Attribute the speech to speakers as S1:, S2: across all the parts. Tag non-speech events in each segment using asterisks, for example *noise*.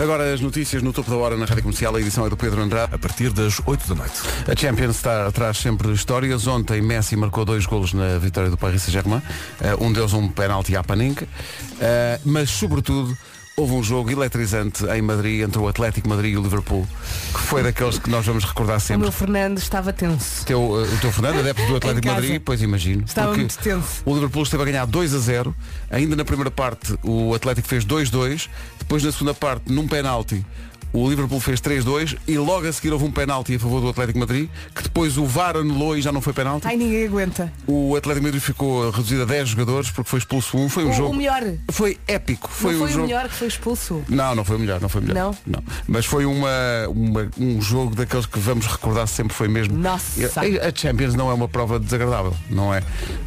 S1: Agora as notícias no topo da hora na Rádio Comercial, a edição é do Pedro Andrade.
S2: A partir das 8 da noite.
S1: A Champions está, traz sempre histórias. Ontem Messi marcou dois golos na vitória do Paris Saint-Germain. Eh, um deles um penalti à Panenka. Eh, mas, sobretudo, houve um jogo eletrizante em Madrid entre o Atlético de Madrid e o Liverpool, que foi daqueles que nós vamos recordar
S3: O
S1: sempre.
S3: meu Fernando estava tenso.
S1: O teu, eh, o teu Fernando, adepto do Atlético de
S3: casa.
S1: Madrid, pois imagino.
S3: Estava
S1: porque
S3: muito tenso.
S1: O Liverpool esteve a ganhar 2 a 0. Ainda na primeira parte o Atlético fez 2-2. Depois na segunda parte, num penalti, o Liverpool fez 3-2 e logo a seguir houve um penalti a favor do Atlético de Madrid, que depois o VAR anulou e já não foi penalti.
S3: Ai, ninguém aguenta.
S1: O Atlético de Madrid ficou reduzido a 10 jogadores porque foi expulso um. Foi um
S3: O-
S1: jogo.
S3: o melhor.
S1: Foi épico. Foi
S3: não
S1: um
S3: foi
S1: jogo.
S3: o melhor que foi expulso.
S1: Não, não foi o melhor, não foi o melhor.
S3: Não?
S1: Mas foi uma, uma- um jogo daqueles que vamos recordar sempre foi mesmo.
S3: Nossa.
S1: E A a Champions não é uma prova desagradável, não é,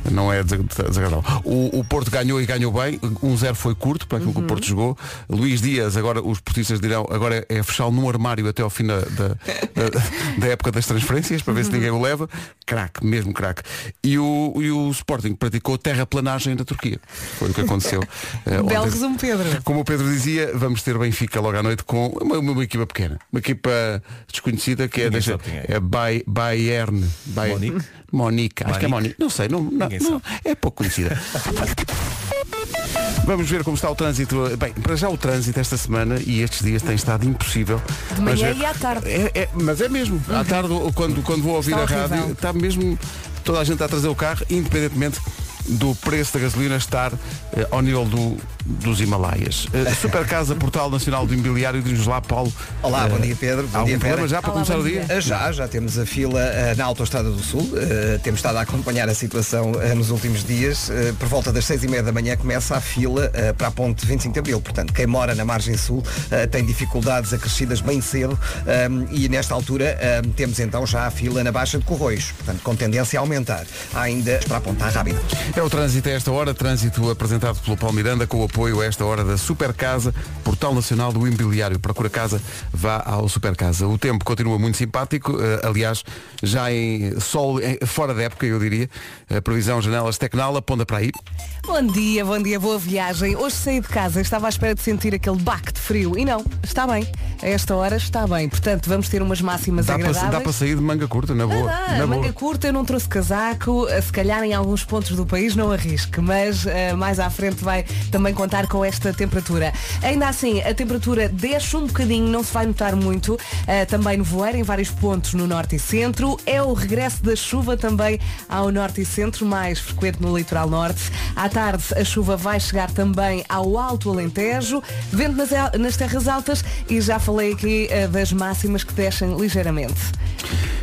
S1: não é desa- desagradável. O, o Porto ganhou e ganhou bem, 1-0 foi curto para aquilo
S3: Uhum.
S1: que o Porto jogou. Luís Dias, agora os portistas dirão, agora é é fechá-lo num armário até ao fim da, da, da-
S3: *laughs*
S1: da época das transferências, para ver
S3: Uhum.
S1: se ninguém o leva. Craque, mesmo craque. E o, e o Sporting praticou terraplanagem da Turquia. Foi o que
S3: *laughs*
S1: aconteceu. eh,
S3: Belo
S1: ontem.
S3: resumo, Pedro.
S1: Como o Pedro dizia, vamos ter Benfica logo à noite com uma, uma equipa pequena, uma equipa desconhecida que é,
S2: Ninguém
S1: deixa,
S2: sabe quem é.
S1: é Bay- Bayern. Bay-
S2: Monique?
S1: Monique, acho que é
S2: Monique.
S1: Monique. Não sei, não, não,
S2: Ninguém
S1: não- é pouco conhecida. Vamos ver como está o trânsito. Bem, para já o trânsito esta semana e estes dias tem estado impossível.
S3: De manhã
S1: Mas é-
S3: e à tarde.
S1: É, é- mas é mesmo. À tarde, quando, quando vou ouvir
S3: Está
S1: a
S3: horrível.
S1: rádio, está mesmo toda a gente a trazer o carro, independentemente do preço da gasolina estar eh, ao nível do- dos Himalaias. Eh, Super Casa Portal Nacional do Imobiliário, diz-nos lá, Paulo.
S4: Olá, bom
S1: eh,
S4: dia Pedro. Bom
S1: Há algum
S4: dia
S1: problema
S4: Pedro.
S1: já para
S3: Olá,
S1: começar
S3: bom
S1: o dia?
S4: Ah, Já, já temos a fila ah, na Autostrada do Sul, Ah, temos estado a acompanhar a situação ah, nos últimos dias. Ah, por volta das seis e meia da manhã começa a fila ah, para a ponte 25 de Abril. Portanto, quem mora na margem sul ah, tem dificuldades acrescidas bem cedo ah, e nesta altura ah, temos então já a fila na Baixa de Corroios, portanto, com tendência a aumentar. Há ainda para a ponta rápida.
S1: É o trânsito a esta hora, trânsito apresentado pelo Paulo Miranda com o apoio a esta hora da Super Casa, Portal Nacional do Imobiliário. Procura casa, vá ao Super Casa. O tempo continua muito simpático, eh, aliás, já em sol, em- fora da época, eu diria. A previsão janelas Tecnal aponta para aí.
S3: Bom dia, bom dia, boa viagem. Hoje saí de casa, estava à espera de sentir aquele baque de frio. E não, está bem. A esta hora está bem. Portanto, vamos ter umas máximas
S1: Dá para,
S3: agradáveis.
S1: dá para sair de manga curta, na boa.
S3: Ah, dá.
S1: na
S3: manga
S1: boa.
S3: curta, eu não trouxe casaco, eh, se calhar em alguns pontos do país não arrisque, mas eh, mais à frente vai também contar com esta temperatura. Ainda assim, a temperatura desce um bocadinho, não se vai notar muito, eh, também no voeiro, em vários pontos no norte e centro. É o regresso da chuva também ao norte e centro, mais frequente no litoral norte. À tarde, a chuva vai chegar também ao Alto Alentejo, vento nas, el- nas terras altas e já falei aqui eh, das máximas que descem ligeiramente.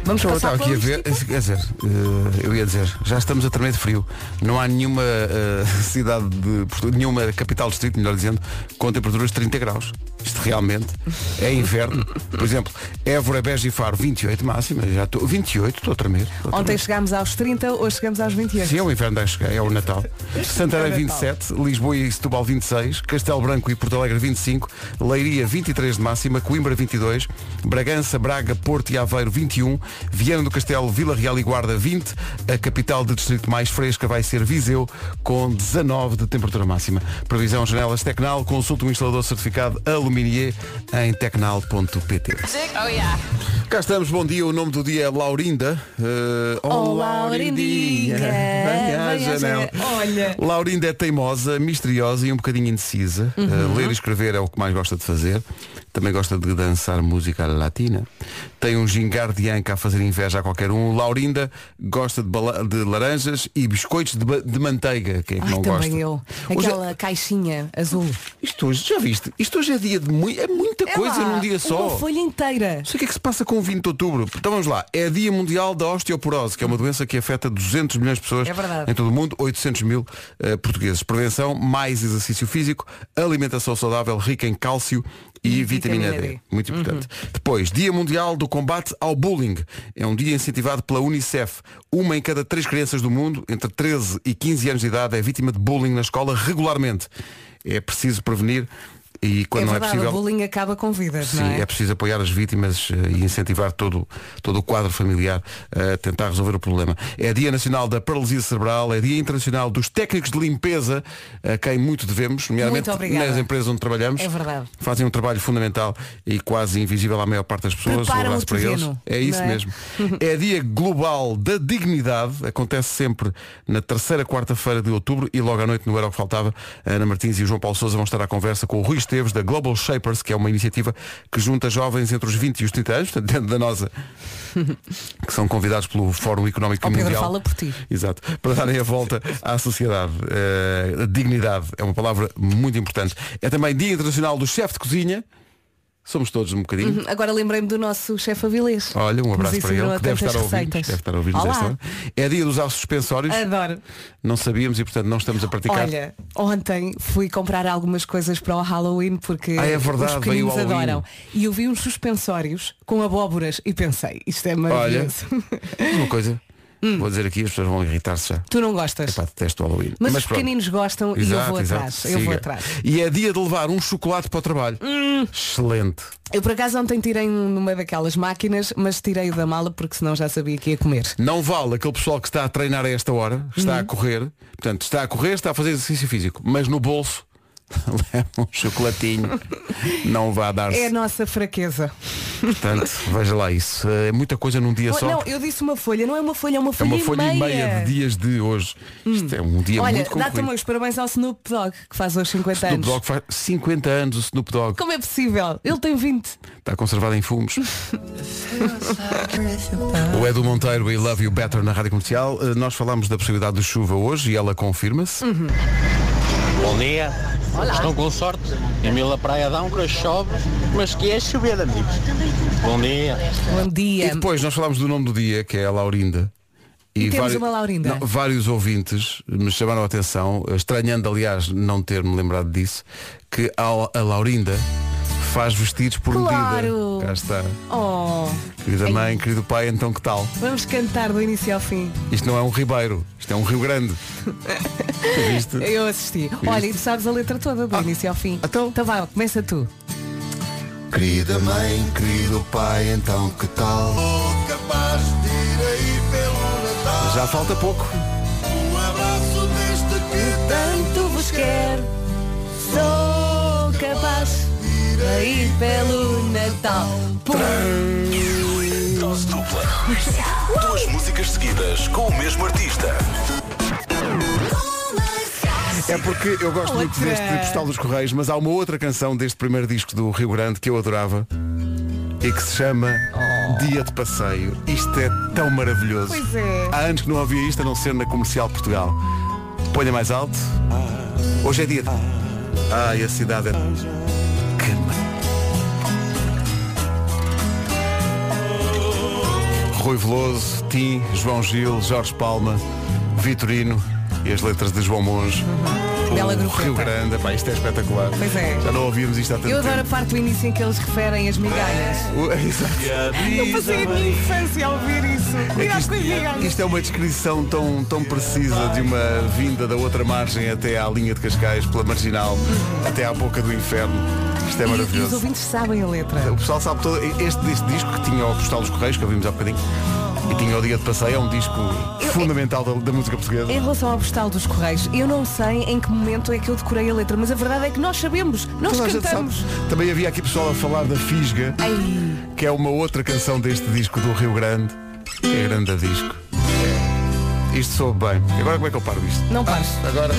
S3: Vamos
S1: Então, Eu estava
S3: passar
S1: aqui a
S3: pela
S1: ver,
S3: logística?
S1: quer dizer, eh, eu ia dizer, já estamos a tremer de frio. Não há nenhuma eh, *laughs* cidade de Portu- nenhuma capital distrito, melhor dizendo, com temperaturas de 30 graus. Isto realmente é inverno. Por exemplo, Évora, Beja e Faro, 28 máxima, já estou 28, estou a tremer. estou a
S3: Ontem
S1: tremer.
S3: chegámos aos 30, hoje chegamos aos 28.
S1: Sim, é o inverno da chegar, *laughs* é o Natal. Santarém 27, Lisboa e Setúbal 26, Castelo Branco e Porto Alegre 25, Leiria 23 de máxima, Coimbra 22, Bragança, Braga, Porto e Aveiro 21, Viana do Castelo, Vila Real e Guarda 20, a capital de distrito mais fresca vai ser Viseu, com 19 de temperatura máxima. Previsão janelas Tecnal, consulta um instalador certificado Aluminier em tecnal.pt. Cá estamos, bom dia, o nome do dia é Laurinda. Eh,
S3: Oh, Laurindinha,
S1: Vem à
S3: vem à
S1: janela.
S3: janela. Olha.
S1: Laurinda é teimosa, misteriosa e um bocadinho indecisa.
S3: Uhum.
S1: Eh, ler e escrever é o que mais gosta de fazer. Também gosta de dançar música latina. Tem um gingar de anca a fazer inveja a qualquer um. Laurinda gosta de, bala- de laranjas e biscoitos de, ba- de manteiga. Quem é que
S3: Ai,
S1: não
S3: também
S1: gosta?
S3: eu.
S1: Hoje é-
S3: Aquela caixinha azul.
S1: Isto hoje, já viste? Isto hoje é dia de mui- é muita
S3: É
S1: coisa
S3: lá,
S1: num dia só.
S3: Uma folha inteira.
S1: Não sei o que é que se passa com o 20 de outubro. Então vamos lá. É Dia Mundial da Osteoporose, que é uma doença que afeta 200 milhões de pessoas
S3: É verdade.
S1: em todo o mundo, 800 mil eh, portugueses. Prevenção, mais exercício físico, alimentação saudável, rica em cálcio e,
S3: E
S1: vitamina,
S3: vitamina
S1: D.
S3: D. Uhum.
S1: Muito importante. Depois, Dia Mundial do Combate ao Bullying. É um dia incentivado pela Unicef. Uma em cada três crianças do mundo, entre 13 e 15 anos de idade, é vítima de bullying na escola regularmente. É preciso prevenir E quando
S3: é
S1: não é
S3: verdade,
S1: possível.
S3: o bullying acaba com vidas,
S1: Sim,
S3: não
S1: é?
S3: é?
S1: preciso apoiar as vítimas eh, e incentivar todo, todo o quadro familiar eh, a tentar resolver o problema. É Dia Nacional da Paralisia Cerebral, é Dia Internacional dos Técnicos de Limpeza, a quem muito devemos, nomeadamente
S3: Muito obrigada.
S1: nas empresas onde trabalhamos.
S3: É verdade.
S1: Fazem um trabalho fundamental e quase invisível à maior parte das pessoas.
S3: Preparam
S1: um abraço
S3: o
S1: para eles.
S3: terreno,
S1: É isso
S3: não é? *laughs*
S1: mesmo. É Dia Global da Dignidade, acontece sempre na terceira quarta-feira de outubro e logo à noite no Era o que Faltava, a Ana Martins e o João Paulo Souza vão estar à conversa com o Rui Esteves da Global Shapers, que é uma iniciativa que junta jovens entre os 20 e os 30 anos, portanto, dentro da nossa, que são convidados pelo Fórum Económico
S3: Ó, Pedro,
S1: Mundial.
S3: fala por ti.
S1: Exato. Para darem a volta à sociedade. Eh, a dignidade é uma palavra muito importante. É também Dia Internacional do Chefe de Cozinha. Somos todos um bocadinho.
S3: Uhum, Agora lembrei-me do nosso chefe Avilés.
S1: Olha, um
S3: que nos
S1: abraço para
S3: ensinou
S1: ele,
S3: a
S1: que deve
S3: tantas
S1: estar a ouvir.
S3: receitas.
S1: Deve estar a ouvir
S3: Olá.
S1: esta hora. É dia de usar os suspensórios.
S3: Adoro.
S1: Não sabíamos e portanto não estamos a praticar.
S3: Olha, ontem fui comprar algumas coisas para o Halloween porque
S1: Ah, é verdade,
S3: os
S1: veio o
S3: pequeninos
S1: Halloween.
S3: adoram. E eu vi uns suspensórios com abóboras e pensei, isto é maravilhoso.
S1: Diz uma coisa.
S3: Hum.
S1: Vou dizer aqui, as pessoas vão irritar-se já.
S3: *laughs* tu não gostas.
S1: Epá, detesto o Halloween.
S3: mas, os
S1: pronto.
S3: pequeninos gostam e eu
S1: Exato,
S3: vou
S1: exato.
S3: atrás. Eu vou
S1: Siga.
S3: atrás. Hum.
S1: E é dia de levar um chocolate para o trabalho. Excelente.
S3: Eu por acaso ontem tirei um numa daquelas máquinas, mas tirei o da mala porque senão já sabia que ia comer.
S1: Não vale aquele pessoal que está a treinar a esta hora, que
S3: Uhum.
S1: está a correr, portanto, está a correr, está a fazer exercício físico, mas no bolso *laughs* leva um
S3: *laughs*
S1: chocolatinho. não vá dar-se.
S3: É a nossa fraqueza.
S1: Portanto, veja lá isso. É muita coisa num dia
S3: Oh,
S1: só.
S3: Não, eu disse uma folha, não é uma folha, é uma
S1: É
S3: folha,
S1: uma folha e meia, de dias de hoje. Isto é um dia
S3: Hum. Olha,
S1: muito
S3: dá
S1: concorrido.
S3: também os parabéns ao Snoop Dogg, que faz hoje 50
S1: Snoop
S3: anos.
S1: Dogg faz 50 anos, o Snoop Dogg
S3: Como é possível? Ele tem 20.
S1: está conservado em
S3: *laughs*
S1: fumos. o Edu Monteiro e Love You Better na Rádio Comercial. Eh, Nós falámos da possibilidade de chuva hoje e ela confirma-se.
S2: Bom dia. Estão com sorte. Em Mila Praia dá um que chove, mas que é chover, amigos. Bom dia.
S3: Bom
S1: E
S3: dia.
S1: depois nós falámos do nome do dia, que é a Laurinda.
S3: E temos uma Laurinda.
S1: não, vários ouvintes me chamaram a atenção, estranhando aliás não ter-me lembrado disso, que a, a Laurinda faz vestidos por
S3: Claro.
S1: medida. Cá está.
S3: Oh,
S1: Querida mãe, querido pai, então que tal?
S3: vamos cantar do início ao fim.
S1: Isto não é um ribeiro, isto é um rio grande. Viste?
S3: Eu assisti. Olha, e tu sabes a letra toda do início ao fim.
S1: então?
S3: então vá, começa tu.
S1: Querida mãe, querido pai, então que tal? Já falta pouco.
S3: Um Tanto vos quero, sou capaz de ir pelo Natal.
S5: Dose dupla. Duas músicas seguidas com o mesmo artista.
S1: É porque eu gosto muito
S3: Outra.
S1: deste postal dos Correios, mas há uma outra canção deste primeiro disco do Rio Grande que eu adorava e que se chama Dia de Passeio. Isto é tão maravilhoso.
S3: Oh. Pois é.
S1: Há anos que não havia isto a não ser na Comercial Portugal. Ponha mais alto.
S3: Ah.
S1: Hoje é dia de... Ai, a cidade é... Que ma- Rui Veloso, Tim, João Gil, Jorge Palma, Vitorino e as letras de João Monge.
S3: Uhum. Bela
S1: O
S3: grupeta.
S1: Rio Grande, pá, isto é espetacular.
S3: Pois é.
S1: Já não ouvíamos isto há tanto
S3: Eu adoro a
S1: tempo.
S3: parte do início em que eles referem as migalhas.
S1: O- *laughs* Exato.
S3: Eu passei a minha infância a ouvir isso.
S1: É que
S3: Cuidado
S1: isto-
S3: com as migalhas.
S1: Isto é uma descrição tão, tão precisa de uma vinda da outra margem até à linha de Cascais, pela marginal, até à boca do inferno. Isto é
S3: E, e os
S1: maravilhoso.
S3: ouvintes sabem a letra.
S1: O pessoal sabe todo. Este, este disco que tinha o Postal dos Correios, que ouvimos há bocadinho, e tinha o Dia de Passeio, é um disco fundamental da, da música portuguesa.
S3: Em relação ao postal dos Correios, eu não sei em que momento é que eu decorei a letra, mas a verdade é que nós sabemos, nós
S1: Toda a gente
S3: cantamos.
S1: sabe. Também havia aqui pessoal a falar da Fisga,
S3: Ai,
S1: que é uma outra canção deste disco do Rio Grande. É grande a disco. É. Isto soube bem. E agora como é que eu paro isto?
S3: não pares,
S1: Agora.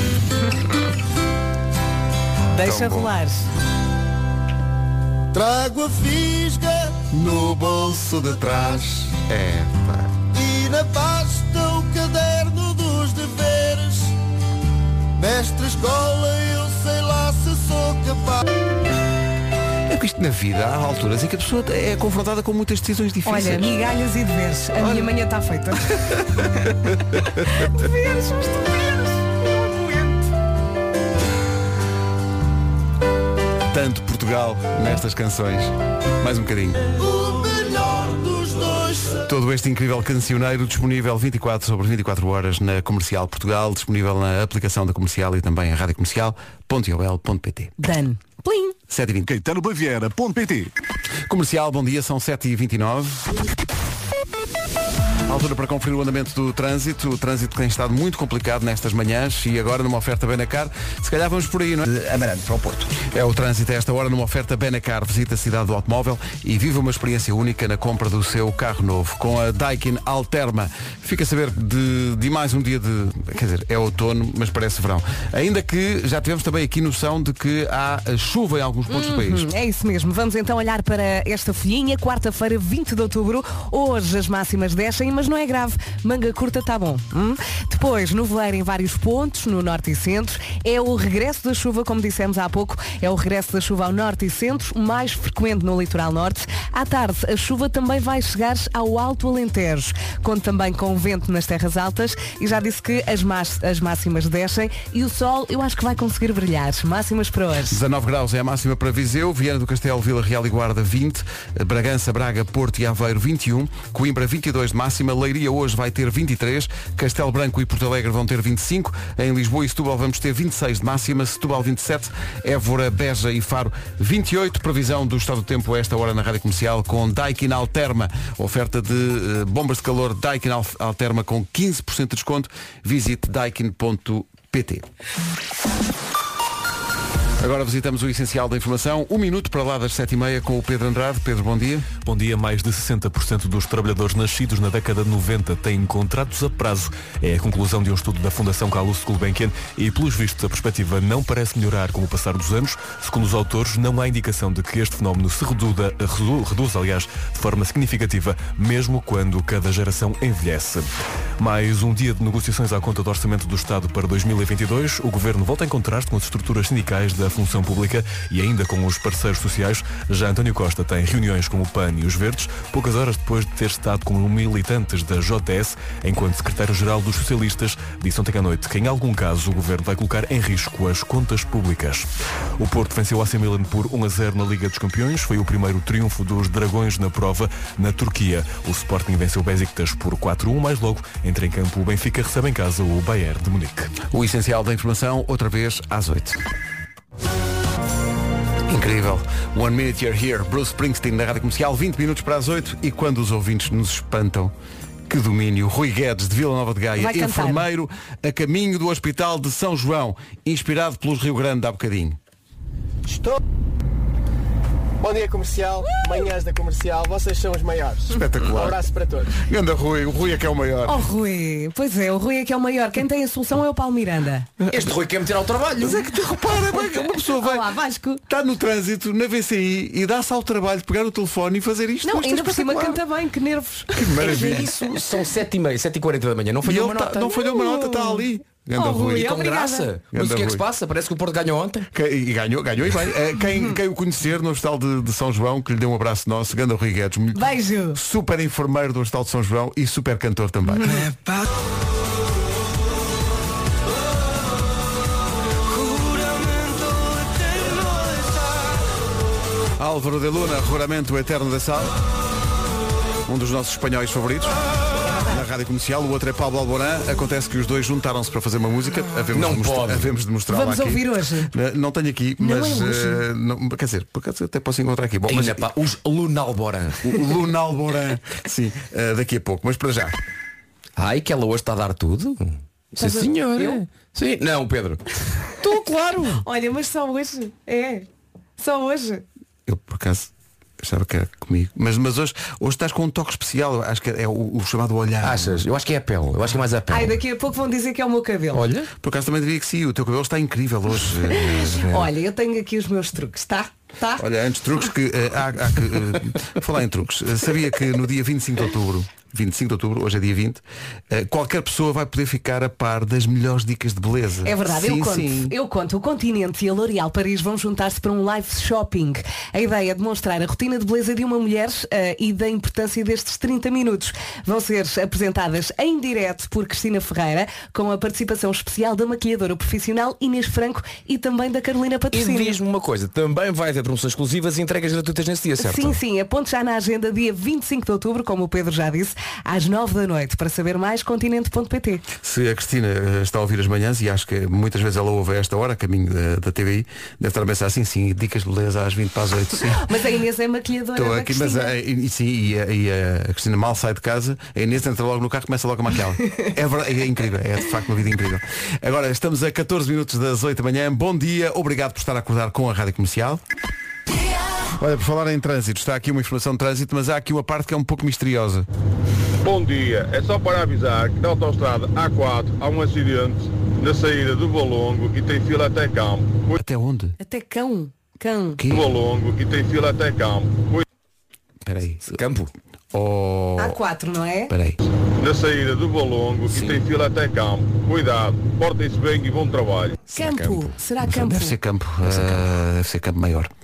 S3: deixa
S1: bom.
S3: rolar.
S1: Trago a fisga no bolso de trás. É, pá.
S6: E na pasta o caderno dos deveres Mestre escola, eu sei lá se sou capaz
S1: É porque isto na vida há alturas em que a pessoa é confrontada com muitas decisões difíceis.
S3: Olha, migalhas e deveres. A minha manhã
S1: *laughs*
S3: está feita. *laughs* deveres, mas deveres. Eu aguento.
S1: Tanto Portugal nestas canções. Mais um bocadinho.
S6: O melhor dos dois
S1: Todo este incrível cancioneiro disponível 24 sobre 24 horas na Comercial Portugal, disponível na aplicação da Comercial e também em radiocomercial.iol.pt.
S3: Dan. Plim!
S1: 7h20.
S7: CaetanoBaviera.pt
S1: Comercial, bom dia, são 7h29. Altura para conferir o andamento do trânsito. O trânsito tem estado muito complicado nestas manhãs e agora numa oferta Benacar. Se calhar vamos por aí, não é?
S4: de Amarante para o Porto.
S1: É o trânsito a esta hora numa oferta Benacar. Visita a cidade do automóvel e viva uma experiência única na compra do seu carro novo. Com a Daikin Alterma. Fica a saber de, de mais um dia de... Quer dizer, é outono, mas parece verão. Ainda que já tivemos também aqui noção de que há chuva em alguns pontos do país.
S3: Hum, É isso mesmo. Vamos então olhar para esta folhinha, quarta-feira, 20 de outubro. Hoje as máximas descem, mas não é grave. Manga curta está bom. hum? Depois, nevoeiro em vários pontos, no norte e centro. É o regresso da chuva, como dissemos há pouco, é o regresso da chuva ao norte e centro, mais frequente no litoral norte. À tarde, a chuva também vai chegar ao Alto Alentejo. Conto também com vento nas terras altas e já disse que as, más- as máximas descem e o sol eu acho que vai conseguir brilhar. Máximas para hoje.
S1: 19 graus é a máxima para Viseu, Viana do Castelo, Vila Real e Guarda 20, Bragança, Braga, Porto e Aveiro 21, Coimbra 22 de máxima, Leiria hoje vai ter 23, Castelo Branco e Porto Alegre vão ter 25, em Lisboa e Setúbal vamos ter 26 de máxima, Setúbal 27, Évora, Beja e Faro 28, previsão do estado do tempo a esta hora na Rádio Comercial com Daikin Alterma, oferta de eh, bombas de calor Daikin Al- Alterma com 15% de desconto, visite daikin.pt. Agora visitamos o essencial da informação. Um minuto para lá das sete e meia com o Pedro Andrade. Pedro, bom dia.
S8: Bom dia, mais de 60% dos trabalhadores nascidos na década de 90 têm contratos a prazo. É a conclusão de um estudo da Fundação Calouste Gulbenkian e, pelos vistos, a perspectiva não parece melhorar com o passar dos anos. Segundo os autores, não há indicação de que este fenómeno se reduda, redu- reduz, aliás, de forma significativa, mesmo quando cada geração envelhece. Mais um dia de negociações à conta do Orçamento do Estado para 2022. O Governo volta a encontrar-se com as estruturas sindicais da função pública e ainda com os parceiros sociais. Já António Costa tem reuniões com o PAN e os Verdes, poucas horas depois de ter estado com militantes da JS, enquanto secretário-geral dos socialistas disse ontem à noite que, em algum caso, o Governo vai colocar em risco as contas públicas. O Porto venceu o AC Milan por 1 a 0 na Liga dos Campeões. Foi o primeiro triunfo dos Dragões na prova na Turquia. O Sporting venceu o Besiktas por 4 a 1. Mais logo, entra em campo o Benfica, recebe em casa o Bayern de Munique.
S1: O essencial da informação, outra vez às oito. Incrível. One Minute You're Here. Bruce Springsteen na Rádio Comercial. 20 minutos para as oito. E quando os ouvintes nos espantam, que domínio. Rui Guedes, de Vila Nova de Gaia,
S3: Vai cantar.
S1: enfermeiro a caminho do Hospital de São João, inspirado pelos Rio Grande há bocadinho.
S2: Estou. Bom dia comercial, manhãs da comercial, vocês são os maiores.
S1: Espetacular.
S2: Um abraço para todos.
S1: Ganda Rui, o Rui é que é o maior.
S3: Oh Rui, pois é, o Rui é que é o maior. Quem tem a solução é o Paulo Miranda.
S9: Este Rui quer me tirar o trabalho.
S1: Mas é que tu *laughs* repara, pá, que uma pessoa vai.
S3: Olá, Vasco.
S1: Está no trânsito, na VCI e dá-se ao trabalho de pegar o telefone e fazer isto.
S3: Não,
S1: Isto é
S3: ainda por cima
S1: espetacular.
S3: canta bem, que nervos.
S1: Que maravilha.
S9: É isso, *laughs* são 7h30, 7h40 da manhã. Não
S1: E
S9: falhou
S1: ele
S9: uma
S1: tá-
S9: nota.
S1: não falhou uma nota, está ali. Ganda
S3: Oh,
S1: Rui.
S3: Rui,
S1: E
S9: Com
S3: Obrigada.
S9: graça. Mas
S1: Ganda
S9: o que é que
S1: Rui.
S9: se passa? Parece que o Porto ganhou ontem.
S1: que- E ganhou, ganhou e bem. Eh,
S3: *laughs*
S1: Quem, quem o conhecer no Hospital de, de São João, que lhe deu um abraço nosso, Ganda Rui Guedes, muito-
S3: Beijo.
S1: super enfermeiro do Hospital de São João e super cantor também.
S3: Uhum.
S1: Álvaro de Luna, Juramento Eterno da Sal, um dos nossos espanhóis favoritos. Na rádio comercial, o outro é Pablo Alborán. Acontece que os dois juntaram-se para fazer uma música. Havemos
S9: Não
S1: de mostra-
S9: pode.
S1: Havemos de mostrar
S3: Vamos
S1: aqui.
S3: ouvir hoje.
S1: Eh, Não tenho aqui,
S3: Não
S1: mas.
S3: é hoje.
S1: eh, não- quer dizer, por acaso eu até posso encontrar aqui. Bom, mas-
S9: Ainda, pá, os Lunalboran.
S1: Luna Alborã. Sim, eh, daqui a pouco, mas para já.
S9: Ai, que ela hoje está a dar tudo. Sim,
S3: a-
S9: senhora.
S3: Eu?
S9: Sim. Não, Pedro. Estou, claro.
S3: Olha, mas só hoje. É. Só hoje.
S1: Eu por acaso achava que era comigo. Mas, mas hoje, hoje estás com um toque especial. Acho que é o, o chamado olhar.
S9: Achas? Eu acho que é a pele. Eu acho que é mais a pele.
S3: Ai, daqui a pouco vão dizer que é o meu cabelo. Olha,
S9: Olha.
S1: Por acaso também diria que sim, o teu cabelo está incrível hoje. Eh,
S3: eu tenho aqui os meus truques, tá? Tá?
S1: Olha, antes truques que eh, há, há que eh, falar em truques. Eh, sabia que no dia 25 de outubro, 25 de outubro, hoje é dia 20, eh, qualquer pessoa vai poder ficar a par das melhores dicas de beleza.
S3: É verdade,
S1: sim,
S3: eu conto.
S1: Sim.
S3: Eu conto. O Continente e a L'Oréal Paris vão juntar-se para um live shopping. A ideia é demonstrar a rotina de beleza de uma mulher eh, e da importância destes 30 minutos. Vão ser apresentadas em direto por Cristina Ferreira, com a participação especial da maquilhadora profissional Inês Franco e também da Carolina
S9: E
S3: Patrocínio.
S9: diz-me uma coisa, também vai ter promoções exclusivas e entregas gratuitas nesse dia, certo?
S3: Sim, sim, aponte já na agenda dia 25 de outubro, como o Pedro já disse, às 9 da noite. Para saber mais, continente.pt.
S1: Se a Cristina eh, está a ouvir as manhãs, e acho que muitas vezes ela ouve a esta hora, a caminho da, da TVI, deve estar a pensar assim, sim, dicas de beleza às 20 para as 8, sim.
S3: Mas a Inês é maquilhadora.
S1: Estou
S3: da
S1: aqui, mas é- a,
S3: Cristina.
S1: e, sim, e, a, e a Cristina mal sai de casa, a Inês entra logo no carro e começa logo a maquiá-la. É, verdade, é incrível, é de facto uma vida incrível. Agora, estamos a 14 minutos das 8 da manhã. Bom dia, obrigado por estar a acordar com a Rádio Comercial. Olha, por falar em trânsito, está aqui uma informação de trânsito, mas há aqui uma parte que é um pouco misteriosa.
S10: Bom dia, é só para avisar que na autostrada A4 há um acidente na saída do Valongo e tem fila até campo.
S1: Até onde?
S3: Até cão. Cão.
S10: Do Valongo e tem fila até campo.
S1: Espera aí. Campo. Oh.
S3: A4, não é?
S1: Peraí.
S10: Na saída do Valongo e tem fila até campo. Cuidado, portem-se bem e bom trabalho.
S3: Campo. Será
S1: Mas
S3: campo?
S1: Deve ser campo. ah, Deve ser campo, maior. *laughs*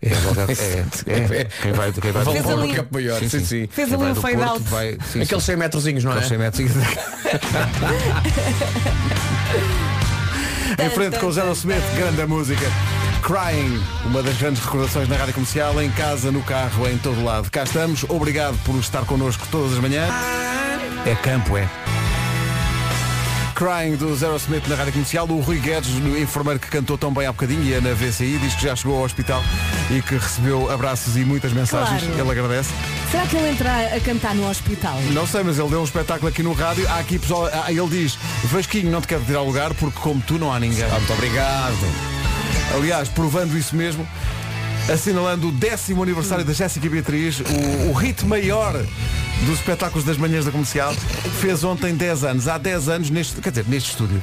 S1: É, logo- é,
S4: *laughs*
S1: é, quem vai, quem vai
S9: Vão
S1: do
S9: logo
S1: Porto-
S9: ao campo maior, sim, sim.
S1: Quem
S3: Fez ali
S1: vai
S3: um
S1: do
S3: fade
S1: Porto
S3: out.
S1: vai- sim, sim.
S9: Aqueles 100 metrozinhos, não é?
S1: Aqueles 100 metros. em frente com o Zero Smith, grande música. Crying, uma das grandes recordações na rádio comercial, em casa, no carro, em todo lado. Cá estamos, obrigado por estar connosco todas as manhãs. É campo, é. Crying do Zero Smith na rádio comercial. O Rui Guedes, o enfermeiro que cantou tão bem há bocadinho e é na VCI, diz que já chegou ao hospital e que recebeu abraços e muitas mensagens.
S3: Claro.
S1: Ele agradece.
S3: Será que ele entra a cantar no hospital?
S1: Não sei, mas ele deu um espetáculo aqui no rádio. Há aqui pessoal, ah, ele diz, Vasquinho, não te quero tirar lugar porque como tu não há ninguém.
S9: Ah, muito obrigado.
S1: Aliás, provando isso mesmo, assinalando o décimo aniversário da Jéssica Beatriz, o, o hit maior dos espetáculos das manhãs da comercial, fez ontem 10 anos. Há 10 anos, neste, quer dizer, neste estúdio.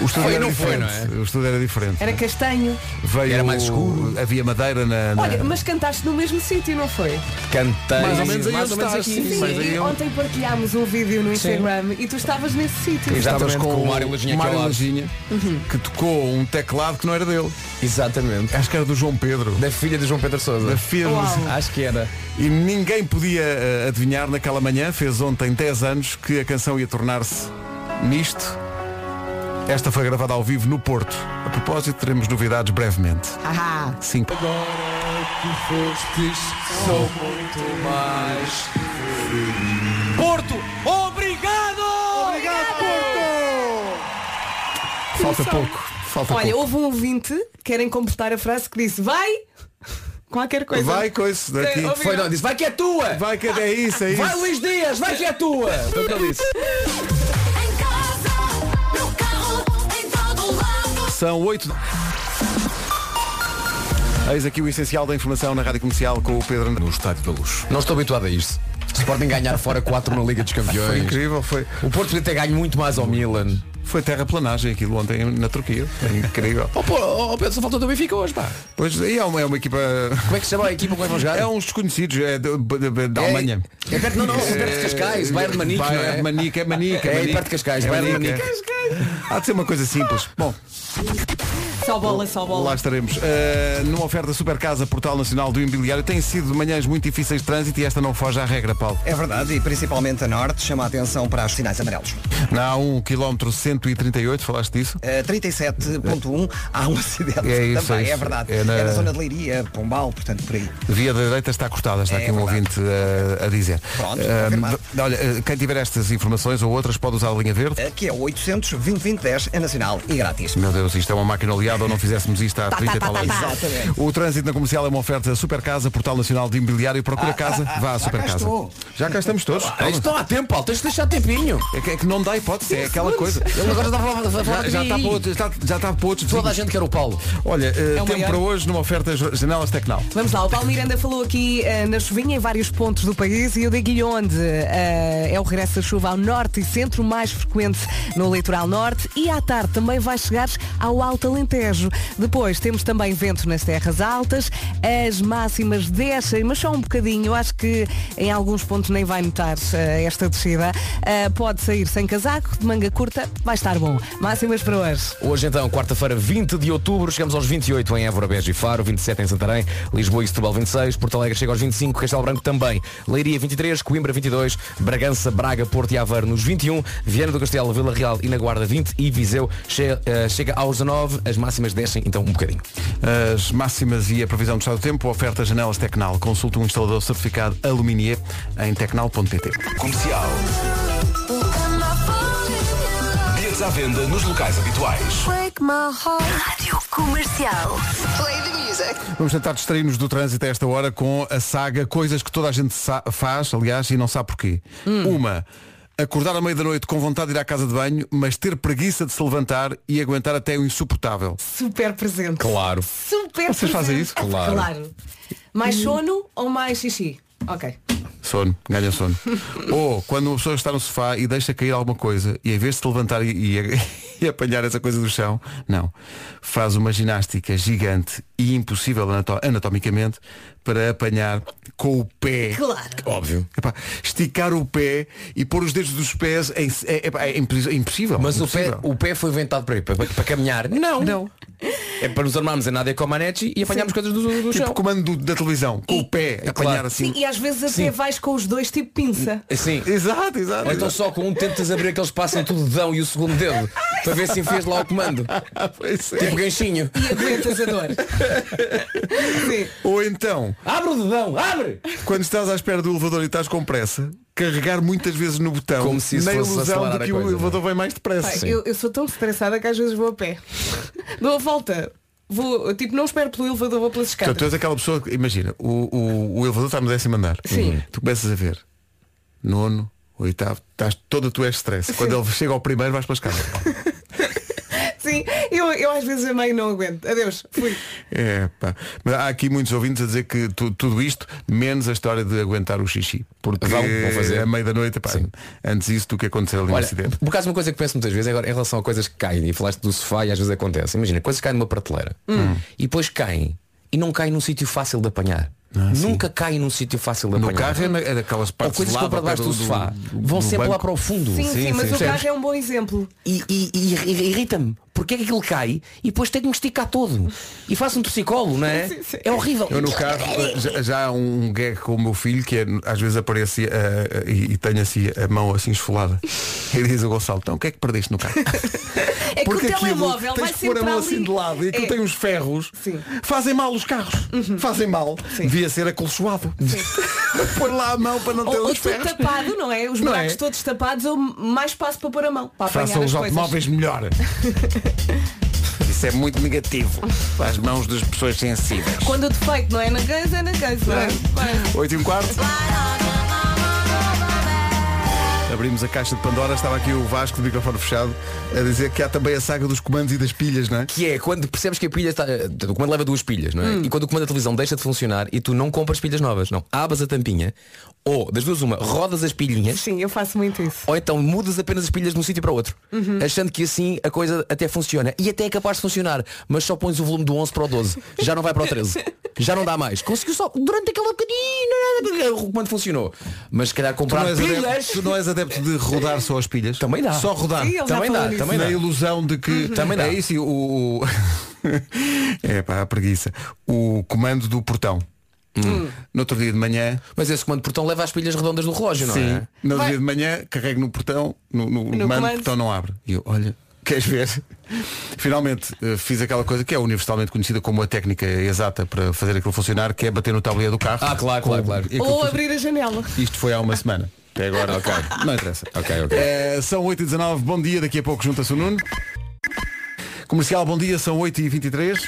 S1: O estúdio
S9: Foi,
S1: era
S9: não foi,
S1: diferente.
S9: não é?
S1: O estúdio era diferente.
S3: Era castanho.
S1: Veio,
S9: Era mais escuro.
S1: Havia madeira na. na-
S3: Olha, mas cantaste no mesmo sítio, não foi?
S9: Cantei.
S1: Mais ou menos aí
S9: mais ou
S1: onde
S9: menos
S1: estás,
S9: aqui.
S1: sim, Mas aí
S3: e
S1: eu-
S3: ontem partilhámos um vídeo no Instagram e tu estavas nesse sítio.
S9: Exato.
S1: Estavas
S9: Exatamente, com o Mário Laginha aqui ao
S1: Mário
S9: lado.
S1: Laginha,
S3: Uhum.
S1: que tocou um teclado que não era dele.
S9: Exatamente.
S1: Acho que era do João Pedro.
S9: Da filha de João Pedro Sousa.
S1: Da filha do-
S3: Uau.
S9: Acho que era.
S1: E ninguém podia eh, adivinhar naquela manhã, fez ontem 10 anos, que a canção ia tornar-se nisto. Esta foi gravada ao vivo no Porto. A propósito, teremos novidades brevemente.
S3: Ah,
S1: Sim.
S9: Porto, obrigado! Obrigado,
S1: Falta pouco. Falta
S3: olha,
S1: pouco.
S3: houve um ouvinte que era completar a frase que disse vai *laughs* qualquer coisa.
S1: Vai com isso daqui.
S3: Ouviram?
S9: Foi, não, disse, vai que é tua!
S1: Vai que é isso, é
S9: Vai,
S1: isso.
S9: Luís Dias, vai que é tua! Foi o que ele disse.
S11: Em casa, no carro, em todo lado.
S1: São 8. Eis aqui o essencial da informação na Rádio Comercial com o Pedro.
S12: No Estádio da Luz.
S9: Não estou habituado a isto. Sporting ganhar fora 4 na Liga dos
S1: Foi
S9: Campeões.
S1: incrível, foi.
S9: O Porto podia ter ganho muito mais ao Milan.
S1: Foi terraplanagem aquilo ontem na Turquia. Foi Incrível.
S9: Oh, pô, oh, Pedro, só faltou do Benfica hoje, pá.
S1: Pois e é uma, é uma equipa. *laughs*
S9: Como é que se chama a equipa que vai jogar?
S1: É uns desconhecidos, é de- de- de- da
S9: É-
S1: Alemanha.
S9: É perto, não, não, é perto de Cascais, Bayern de Munique, não
S1: Bayern
S9: é?
S1: de Manique, é Manique.
S9: É,
S1: Manique.
S9: perto de Cascais, Bayern de Ah,
S1: Manique, é. Há de ser uma coisa simples. Bom,
S3: Só bola, só bola.
S1: lá estaremos. Eh, numa oferta Super Casa Portal Nacional do Imobiliário, tem sido manhãs muito difíceis de trânsito e esta não foge à regra, Paulo.
S4: É verdade, e principalmente a norte chama a atenção para os sinais amarelos.
S1: Na A1, quilómetro 138, falaste disso?
S4: Eh, 37.1 há um acidente
S1: É isso,
S4: também,
S1: é isso.
S4: é verdade.
S1: É
S4: É
S1: na-
S4: na... zona de Leiria, Pombal, portanto por aí.
S1: Via da direita está cortada, está
S4: É
S1: aqui um
S4: verdade.
S1: ouvinte eh, a dizer.
S4: Pronto,
S1: Eh,
S4: confirmado.
S1: v- olha, eh, quem tiver estas informações ou outras pode usar a linha verde.
S4: Aqui é o 800 2010 é nacional e grátis.
S1: Meu Deus, isto é uma máquina oleada ou não fizéssemos isto
S9: *laughs* Tá,
S1: há 30 e tal anos.
S4: Exatamente.
S1: O trânsito na comercial é uma oferta Super Casa, Portal Nacional de Imobiliário. Procura casa, vá à Super
S4: cá
S1: Casa.
S4: estou.
S1: Já cá estamos todos.
S9: Ah, isto não há tempo, Paulo, tens de deixar tempinho.
S1: É que, é que não dá hipótese, é aquela coisa.
S9: Ele agora está a falar- a falar
S1: Já,
S9: de
S1: já
S9: mim.
S1: está para outros, já, já está para outros
S9: Toda a
S1: vizinhos.
S9: gente quer o Paulo. É
S1: Olha, eh,
S3: o
S1: tempo
S3: maior.
S1: para hoje numa oferta Jo- Janelas Tecnal.
S3: Vamos lá, o Paulo Miranda falou aqui eh, na chuvinha em vários pontos do país e eu digo-lhe onde eh, é o regresso da chuva ao norte e centro, mais frequente no litoral norte e à tarde também vai chegar ao Alto Alentejo. Depois temos também vento nas terras altas, as máximas descem, mas só um bocadinho, eu acho que em alguns pontos nem vai notar eh, esta descida. Eh, pode sair sem casaco, de manga curta, vai estar bom. Máximas para hoje.
S9: Hoje então, quarta-feira, 20 de outubro, chegamos aos 28 em Évora, Beja e Faro, 27 em Santarém, Lisboa e Setúbal 26, Porto Alegre chega aos 25, Castelo Branco também, Leiria 23, Coimbra 22, Bragança, Braga, Porto e um, Aveiro nos 21, Viana do Castelo, Vila Real e na Guarda 20 e Viseu che- eh, chega aos 19, as máximas máximas descem então um bocadinho.
S1: As máximas e a previsão do estado do tempo, oferta janelas Tecnal. Consulte um instalador certificado Aluminier em tecnal.pt.
S5: Comercial.
S11: Um
S5: Bilhetes à venda nos locais habituais.
S11: Break my heart. Rádio Comercial. Play the music.
S1: Vamos tentar distrair-nos do trânsito a esta hora com a saga Coisas que toda a gente sa- faz, aliás, e não sabe porquê. Uma, acordar à meia da noite com vontade de ir à casa de banho, mas ter preguiça de se levantar e aguentar até o insuportável.
S3: Super presente.
S1: Claro.
S3: Super
S1: Vocês fazem
S3: presente. Ah,
S1: isso? Claro.
S3: Mais sono ou mais xixi? Ok.
S1: Sono, ganha sono. Ou quando uma pessoa está no sofá e deixa cair alguma coisa e em vez de se levantar e, *laughs* e- e apanhar essa coisa do chão, não. Faz uma ginástica gigante e impossível anato- anatomicamente para apanhar com o pé.
S11: Claro.
S1: Óbvio. Epá, esticar o pé e pôr os dedos dos pés em- é, epá, é impos- é impossível.
S9: Mas o pé,
S1: impossível.
S9: o pé foi inventado para, ir, para, para caminhar? Não. Não. É para nos armarmos em Nádia Comaneci e apanharmos coisas do, do
S1: Tipo
S9: chão.
S1: comando do- da televisão, com o pé,
S9: É
S1: apanhar
S9: claro.
S1: assim.
S3: Sim, e às vezes até
S9: Sim.
S3: vais com os dois tipo pinça.
S9: Sim.
S1: Exato, exato.
S9: Ou então só com um tentas abrir aquele espaço entre o dedão e o segundo dedo para ver se fez lá o comando.
S1: *laughs* é.
S9: Tipo ganchinho.
S3: E aguentas a dor.
S1: Ou então.
S9: Abre o dedão, abre!
S1: Quando estás à espera do elevador e estás com pressa, carregar muitas vezes no botão
S9: Como se isso
S1: na
S9: fosse
S1: ilusão
S9: acelerar
S1: de
S9: a
S1: que o
S9: coisa, não é?
S1: elevador vai mais depressa.
S3: Pai, eu, eu sou tão estressada que às vezes vou a pé. Dou a volta. Vou, eu, tipo, não espero pelo elevador, vou pelas
S1: Então,
S3: escadas.
S1: tu és aquela pessoa que, imagina, o, o, o elevador está no décimo andar. Uhum.
S3: Sim.
S1: Tu começas a ver nono, oitavo, estás toda tu és stress. Quando ele chega ao primeiro vais para a escada.
S3: *laughs* Sim, eu, eu às vezes a meio não aguento. Adeus, fui.
S1: É, pá. Mas há aqui muitos ouvintes a dizer que tu- tudo isto, menos a história de aguentar o xixi. Porque
S9: Vão, vão fazer.
S1: a meio da noite, pá, antes isso do que acontecer ali no
S9: Olha,
S1: acidente.
S9: por acaso uma coisa que penso muitas vezes é agora em relação a coisas que caem, e falaste do sofá e às vezes acontece. Imagina, coisas que caem numa prateleira
S1: Hum.
S9: e depois caem e não caem num sítio fácil de apanhar. Nunca caem num sítio fácil de
S1: Ah, No
S9: apanhar.
S1: carro é na- é daquelas
S9: Ou
S1: partes
S9: coisas
S1: de
S9: que
S1: lá,
S9: vão para
S1: ao pé
S9: debaixo do,
S1: do-
S9: sofá
S1: do-
S9: vão
S1: do
S9: sempre lá
S1: banco.
S9: para o fundo.
S3: Sim, sim, mas o carro é um bom exemplo.
S9: E, e- e irri- irrita-me. Porque é que aquilo cai e depois tem que me esticar todo. E faço um torcicolo, não é? É horrível.
S1: Eu no carro eh, já, já há um gag com o meu filho que é, às vezes aparece eh, eh, e, e tenho assim a mão assim esfolada. *laughs* E diz o Gonçalo, então o que é que perdeste no carro?
S3: É que
S1: Porque
S3: o
S1: aquilo
S3: telemóvel
S1: tens
S3: vai
S1: que pôr
S3: sempre
S1: a mão
S3: ali.
S1: assim de lado e aquilo
S3: É. Uhum.
S1: tem uns ferros. Fazem mal os carros. Fazem mal. Devia ser acolchoado. *laughs* pôr lá a mão para não ter
S3: Ou, ou
S1: uns
S3: tudo
S1: ferros.
S3: tapado, não é? Os
S1: Então, Não
S3: buracos
S1: é?
S3: todos tapados ou mais espaço para pôr a mão. Para apanhar
S1: Façam
S3: as
S1: os
S3: coisas.
S1: automóveis
S3: *laughs*
S1: melhor. Isso é muito negativo para as mãos das pessoas sensíveis.
S3: Quando o defeito não é na casa, é na casa. não é? Quase.
S1: 8 e um quarto. Abrimos a caixa de Pandora, estava aqui o Vasco de microfone fechado a dizer que há também a saga dos comandos e das pilhas, não é?
S9: Que é quando percebes que a pilha está. eh, O comando leva duas pilhas, não é?
S1: Hum.
S9: E quando o comando da televisão deixa de funcionar e tu não compras pilhas novas, não. Abas a tampinha, ou das duas uma, rodas as pilhinhas.
S3: Sim, eu faço muito isso.
S9: Ou então mudas apenas as pilhas de um sítio para outro.
S1: Uhum.
S9: Achando que assim a coisa até funciona. E até é capaz de funcionar. Mas só pões o volume do 11 para o 12. Já não vai para
S1: *laughs*
S9: o 13. Já não dá mais. Conseguiu só durante aquela bocadinho. O comando funcionou. Mas se calhar
S1: Tu não,
S9: comprar
S1: és
S9: pilhas.
S1: adepto, tu não és adepto de rodar só as pilhas? Também
S9: dá.
S1: Só rodar.
S9: Sim, ele já Também dá, falou nisso. também
S1: Na
S9: dá.
S1: ilusão de que.
S3: Uhum.
S9: Também dá.
S1: É isso e o. o- *laughs* é pá, a preguiça. O comando do portão.
S3: Hum.
S1: No outro dia de manhã.
S9: Mas esse comando de portão leva as pilhas redondas do relógio, não
S1: Sim.
S9: é?
S1: No outro dia de manhã carrego no portão, no, no, comando,
S9: comando.
S1: o portão não abre. E eu, olha, queres ver? *laughs* Finalmente eh, fiz aquela coisa que é universalmente conhecida como a técnica exata para fazer aquilo funcionar, que é bater no tabuleiro do carro. Ah, claro, claro, claro.
S3: Ou abrir a janela.
S1: Isto foi há uma semana. Até É agora, ok. Não interessa. Ok, ok. são 8h19, bom dia, daqui a pouco junta-se o Nuno. Comercial, bom dia, são 8h23.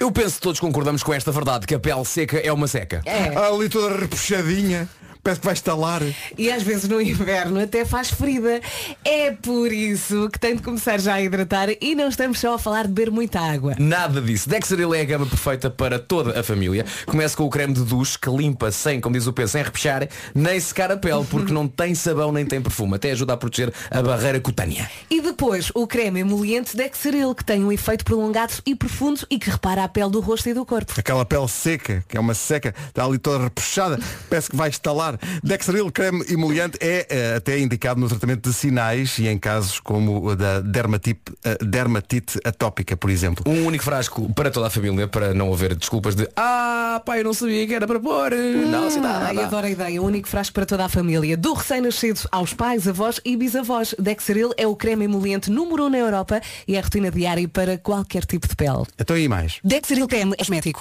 S9: Eu penso que todos concordamos com esta verdade, que a pele seca é uma seca.
S3: É.
S1: Ali toda repuxadinha, parece que vai estalar.
S3: E às vezes no inverno até faz ferida. É por isso que tem de começar já a hidratar e não estamos só a falar de beber muita água.
S9: Nada disso. Dexeril é a gama perfeita para toda a família. Começa com o creme de duche que limpa sem, como diz o Pedro, sem repechar, nem secar a pele,
S3: *laughs*
S9: porque não tem sabão nem tem perfume. Até ajuda a proteger a barreira cutânea.
S3: E depois o creme emoliente Dexeril, que tem um efeito prolongado e profundo e que repara a pele do rosto e do corpo.
S1: Aquela pele seca, que é uma seca, está ali toda repuxada, parece que vai estalar. verdade. Dexeril creme emoliante é eh, até indicado no tratamento de sinais e em casos como o da dermatite, eh, dermatite atópica, por exemplo.
S9: Um único frasco para toda a família, para não haver desculpas de Ah, pai, eu não sabia que era para pôr. Não, se
S1: Ah,
S9: dá.
S3: Ai, Ah, adoro a ideia. O único frasco para toda a família. Do recém-nascido aos pais, avós e bisavós. Dexeril é o creme emoliente número 1 um na Europa e é a rotina diária para qualquer tipo de pele.
S1: Então e mais?
S3: Dexeril creme é médico.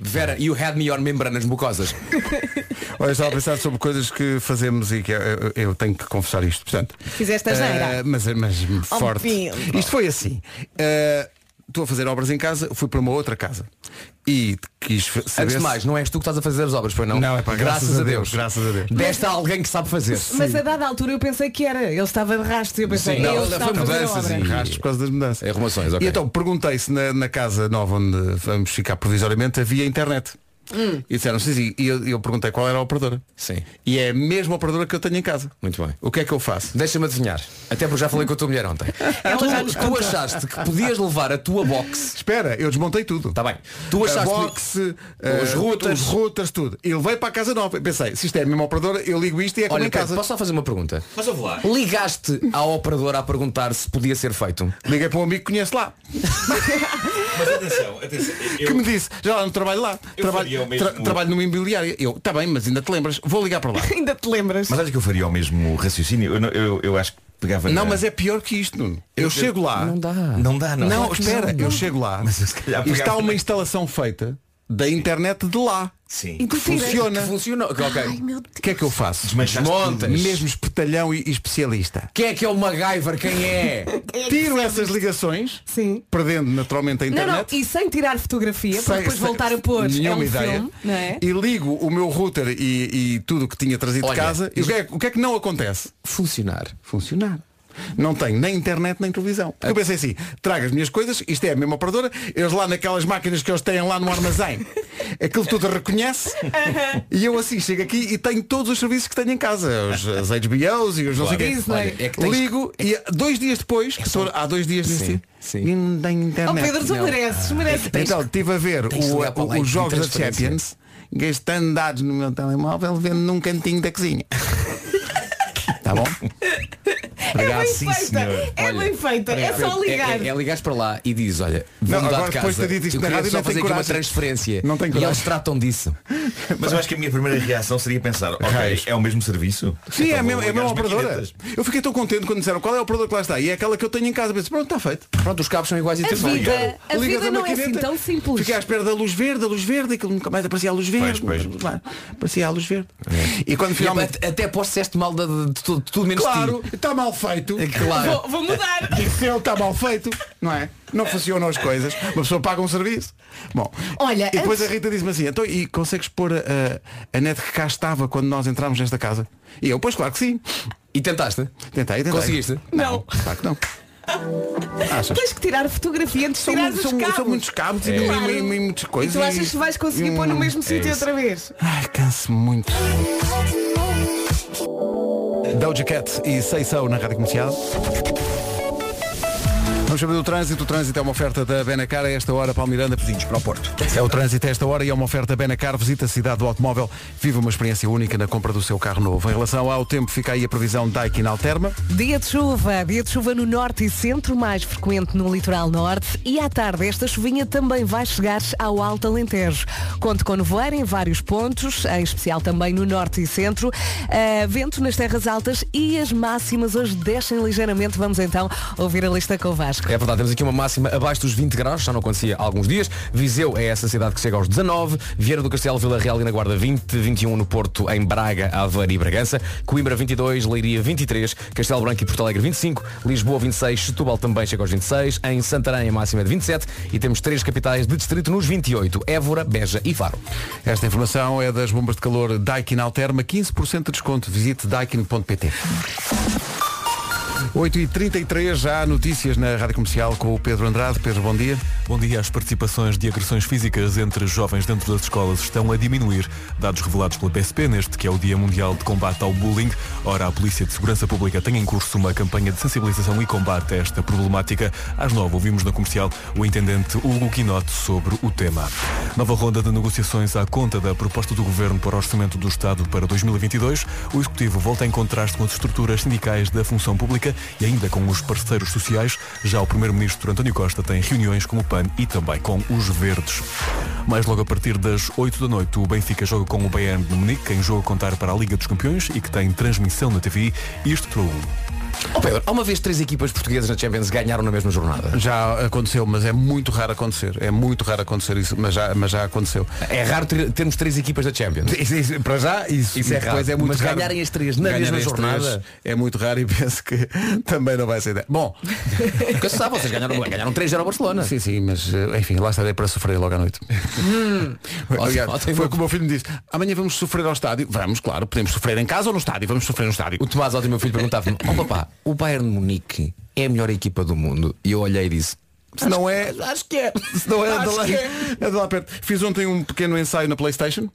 S9: Vera, you had me on membranas mucosas.
S1: Olha, eu estava a pensar sobre coisas que fazemos e que eu, eu- eu tenho que confessar isto. Portanto,
S3: Fizeste a geira.
S1: eh, mas, mas forte.
S3: Pedro.
S1: Isto foi assim. eh, Estou a fazer obras em casa, fui para uma outra casa e quis fa- saber.
S9: Antes de mais, não és tu que estás a fazer as obras, pois não?
S1: Não, é pá, graças a Deus, graças a Deus.
S9: Desta a alguém que sabe fazer.
S3: Mas a dada altura eu pensei que era. Ele estava de rastro e eu pensei,
S9: Sim.
S3: ele
S9: Não,
S3: está a
S9: foi
S3: fazer
S9: mudanças
S3: obra.
S9: e-
S1: Rastros por causa das
S9: É
S1: mudanças.
S9: Arrumações, ok.
S1: E então perguntei se na, na casa nova onde vamos ficar provisoriamente havia internet.
S9: Hum.
S1: E disseram sim, sim. E eu, eu perguntei qual era a operadora.
S9: Sim.
S1: E é a mesma operadora que eu tenho em casa.
S9: Muito bem.
S1: O que é que eu faço?
S9: Deixa-me adivinhar. Até porque já falei com a tua
S3: *laughs*
S9: mulher ontem. tu, tu achaste que podias levar a tua box. Tá
S1: Espera, eu desmontei tudo. Está
S9: bem. Tu
S1: a
S9: achaste
S1: box,
S9: os
S1: eh,
S9: routers.
S1: os routers, tudo. E levei para a casa nova. Pensei, se isto é a mesma operadora, eu ligo isto e é como
S9: Olha,
S1: em
S9: Pedro,
S1: casa.
S9: posso só fazer uma pergunta?
S1: Mas eu vou lá.
S9: Ligaste à operadora a perguntar se podia ser feito.
S1: Liguei para um amigo que conhece lá.
S8: Mas atenção, atenção. Eu,
S1: que me disse, já lá não trabalho lá,
S8: Eu faria
S1: trabalho,
S8: o mesmo.
S1: tra- trabalho numa imobiliária. Eu, está bem, mas ainda te lembras, vou ligar para lá.
S3: ainda te lembras.
S8: Mas acho que eu faria o mesmo raciocínio. Eu, não- eu, eu acho que pegava.
S1: Não,
S8: na-
S1: mas é pior que isto, Nuno. Eu,
S8: Eu-
S1: chego lá. Ah,
S8: Não dá. Não dá, não.
S1: Não,
S8: Claro que
S1: espera,
S8: não.
S1: eu chego lá.
S8: Mas eu se calhar
S1: e está
S8: pegava-
S1: uma instalação feita da internet de lá.
S8: Sim.
S1: Que funciona.
S9: Que funciona. Ok.
S1: O que é que eu faço?
S9: Desmanchaste
S1: Desmontas.
S9: tudo.
S1: Mesmo espetalhão e, e especialista.
S9: Quem é que é o MacGyver? Quem
S3: *laughs*
S9: é?
S1: Tiro essas ligações,
S3: Sim.
S1: perdendo naturalmente a
S3: Não, não,
S1: internet.
S3: e sem tirar fotografia,
S1: Sem-
S3: para depois
S1: sem-
S3: voltar a pôr. é um
S1: Nenhuma ideia.
S3: filme, não é?
S1: E ligo o meu router e, e tudo o que tinha trazido
S9: Olha,
S1: de casa. E o que, é, o que é que não acontece?
S9: Funcionar.
S1: Funcionar. Não tenho nem internet nem televisão.
S9: Ah.
S1: Porque eu pensei assim, traga as minhas coisas, isto é a mesma operadora, eles lá naquelas máquinas que eles têm lá no
S3: *laughs*
S1: armazém, aquilo tudo reconhece e eu assim chego aqui e tenho todos os serviços que tenho em casa, os, as HBOs e os não sei o quê.
S3: Disney. Olha, é
S9: que tens-
S1: Ligo e dois dias depois,
S9: É
S1: que sou- há dois dias nesse dia, e não tenho
S3: Oh
S1: internet.
S3: Pedro, tu
S1: Não.
S3: mereces, mereces. É
S1: Então, estive a ver
S9: tens de
S1: o-
S9: ligar para
S1: o-
S9: lá e
S1: os jogos da
S9: pedir transferência.
S1: Champions, gastando dados no meu telemóvel, vendo num cantinho da cozinha. tá bom?
S9: Obrigado,
S3: bem feita, é bem feita, é só ligar.
S9: É, é, é ligares para lá e dizes, olha,
S1: Não,
S9: vou mudar
S1: agora
S9: de
S1: depois
S9: casa.
S1: de ter dito isto
S9: eu
S1: na
S9: queria
S1: rádio,
S9: só
S1: não tem
S9: fazer aqui uma
S1: coragem.
S9: transferência.
S1: Não tem
S9: e
S1: coragem.
S9: eles tratam disso.
S8: Mas eu acho que a minha primeira reação seria pensar, ok,
S1: Raios.
S8: é o mesmo serviço?
S1: Sim,
S8: Então
S1: é, a
S8: vou
S1: mesma- é a
S8: ligar
S1: mesma
S8: as
S1: operadora.
S8: maquinetas.
S1: Eu fiquei tão contente quando disseram qual é a operadora que lá está. E é aquela que eu tenho em casa. Eu Disse, pronto, está feito.
S9: Pronto, os cabos são iguais e
S3: A
S9: tudo.
S3: vida, a
S1: Ligas
S3: vida
S1: à
S3: não é assim
S1: maquineta.
S3: tão simples.
S1: Fiquei à espera da luz verde, da luz verde, aquilo nunca mais aparecia a luz verde.
S8: Pois, pois.
S1: Claro, Aparecia a luz verde. E quando
S9: E,
S1: finalmente.
S9: até- até após disseste mal de, de, de tudo, de tudo menos
S1: Claro,
S9: de ti.
S1: está mal feito.
S9: É Claro.
S3: Vou, vou
S1: *laughs*
S3: mudar.
S1: E se ele está mal feito, não é? Não funcionam as coisas. Uma pessoa paga um serviço. Bom,
S3: Olha,
S1: e depois a
S3: antes-
S1: Rita disse-me assim, então, e consegues pôr a, a- a net que cá estava quando nós entramos nesta casa? E eu, pois claro que sim.
S9: E tentaste?
S1: Tentei, tentei.
S9: Conseguiste?
S1: Não. Claro que não. Achas?
S3: Tens que tirar fotografia antes de
S1: São,
S3: tirar
S1: mu-
S3: os
S1: são,
S3: cabos.
S1: são muitos cabos e,
S3: Claro.
S1: e- e- um Hum. e muitas coisas.
S3: E tu achas que vais conseguir pôr no
S1: É
S3: mesmo sítio outra vez?
S1: Ai, canso muito. Doja Cat e Sei Sou na Rádio Comercial. Vamos saber do trânsito. O trânsito é uma oferta da Benacar a esta hora, Paulo Miranda, pedinhos para o Porto. É o trânsito a esta hora e é uma oferta Benacar. Visita a cidade do automóvel. Vive uma experiência única na compra do seu carro novo. Em relação ao tempo, fica aí a previsão Daikin Alterma.
S3: Dia de chuva, dia de chuva no norte e centro, mais frequente no litoral norte e à tarde esta chuvinha também vai chegar ao Alto Alentejo. Conto com nevoeiro em vários pontos, em especial também no norte e centro, Eh, vento nas terras altas e as máximas hoje descem ligeiramente. Vamos então ouvir a lista com o Vasco.
S9: É verdade, temos aqui uma máxima abaixo dos 20 graus, já não acontecia há alguns dias. Viseu é essa cidade que chega aos 19, Vieira do Castelo, Vila Real e na Guarda 20, 21 no Porto, em Braga, Aveiro e Bragança, Coimbra 22, Leiria 23, Castelo Branco e Porto Alegre 25, Lisboa 26, Setúbal também chega aos 26, em Santarém a máxima é de 27 e temos três capitais de distrito nos 28, Évora, Beja e Faro.
S1: Esta informação é das bombas de calor Daikin Alterma, 15% de desconto. Visite daikin.pt. 8h33, já há notícias na Rádio Comercial com o Pedro Andrade. Pedro, bom dia.
S12: Bom dia. As participações de agressões físicas entre jovens dentro das escolas estão a diminuir. Dados revelados pela PSP neste que é o Dia Mundial de Combate ao Bullying. Ora, a Polícia de Segurança Pública tem em curso uma campanha de sensibilização e combate a esta problemática. Às nove ouvimos na comercial o intendente Hugo Quinote sobre o tema. Nova ronda de negociações à conta da proposta do Governo para o Orçamento do Estado para 2022. O Executivo volta a encontrar-se com as estruturas sindicais da função pública e ainda com os parceiros sociais. Já o Primeiro-Ministro António Costa tem reuniões com o PAN e também com os Verdes. Mais logo a partir das 8 da noite, o Benfica joga com o Bayern de Munique, em jogo a contar para a Liga dos Campeões e que tem transmissão na TV. Isto para o
S9: Ó Pedro, há uma vez três equipas portuguesas na Champions ganharam na mesma jornada.
S1: Já aconteceu, mas é muito raro acontecer. É muito raro acontecer isso, mas já, mas já aconteceu.
S9: É raro ter- termos três equipas da Champions.
S1: *laughs* Isso- isso- para já, isso,
S9: Isso
S1: E
S9: é
S1: depois
S9: raro.
S1: É muito
S9: Mas
S1: raro.
S9: ganharem as três na mesma
S1: as
S9: jornada?
S1: três é muito raro e *laughs* penso que também não vai ser ideia.
S9: *laughs*
S1: Bom,
S9: Nunca se sabe, vocês ganharam, ganharam 3-0 ao Barcelona.
S1: Sim, sim, mas eh, enfim, lá estarei para sofrer logo à
S9: *laughs*
S1: noite.
S9: Hum.
S1: Aliás, foi como o meu filho me disse, amanhã vamos sofrer ao estádio. Vamos, claro, podemos sofrer em casa ou no estádio, vamos sofrer no estádio.
S9: O Tomás ontem, meu filho, perguntava-me, ó papá, o Bayern de Munique é a melhor equipa do mundo. E eu olhei e disse,
S1: Se não é,
S9: acho que é.
S1: se não é, é de
S9: Acho
S1: lá,
S9: que é.
S1: é de lá perto. Fiz ontem um pequeno ensaio na Playstation.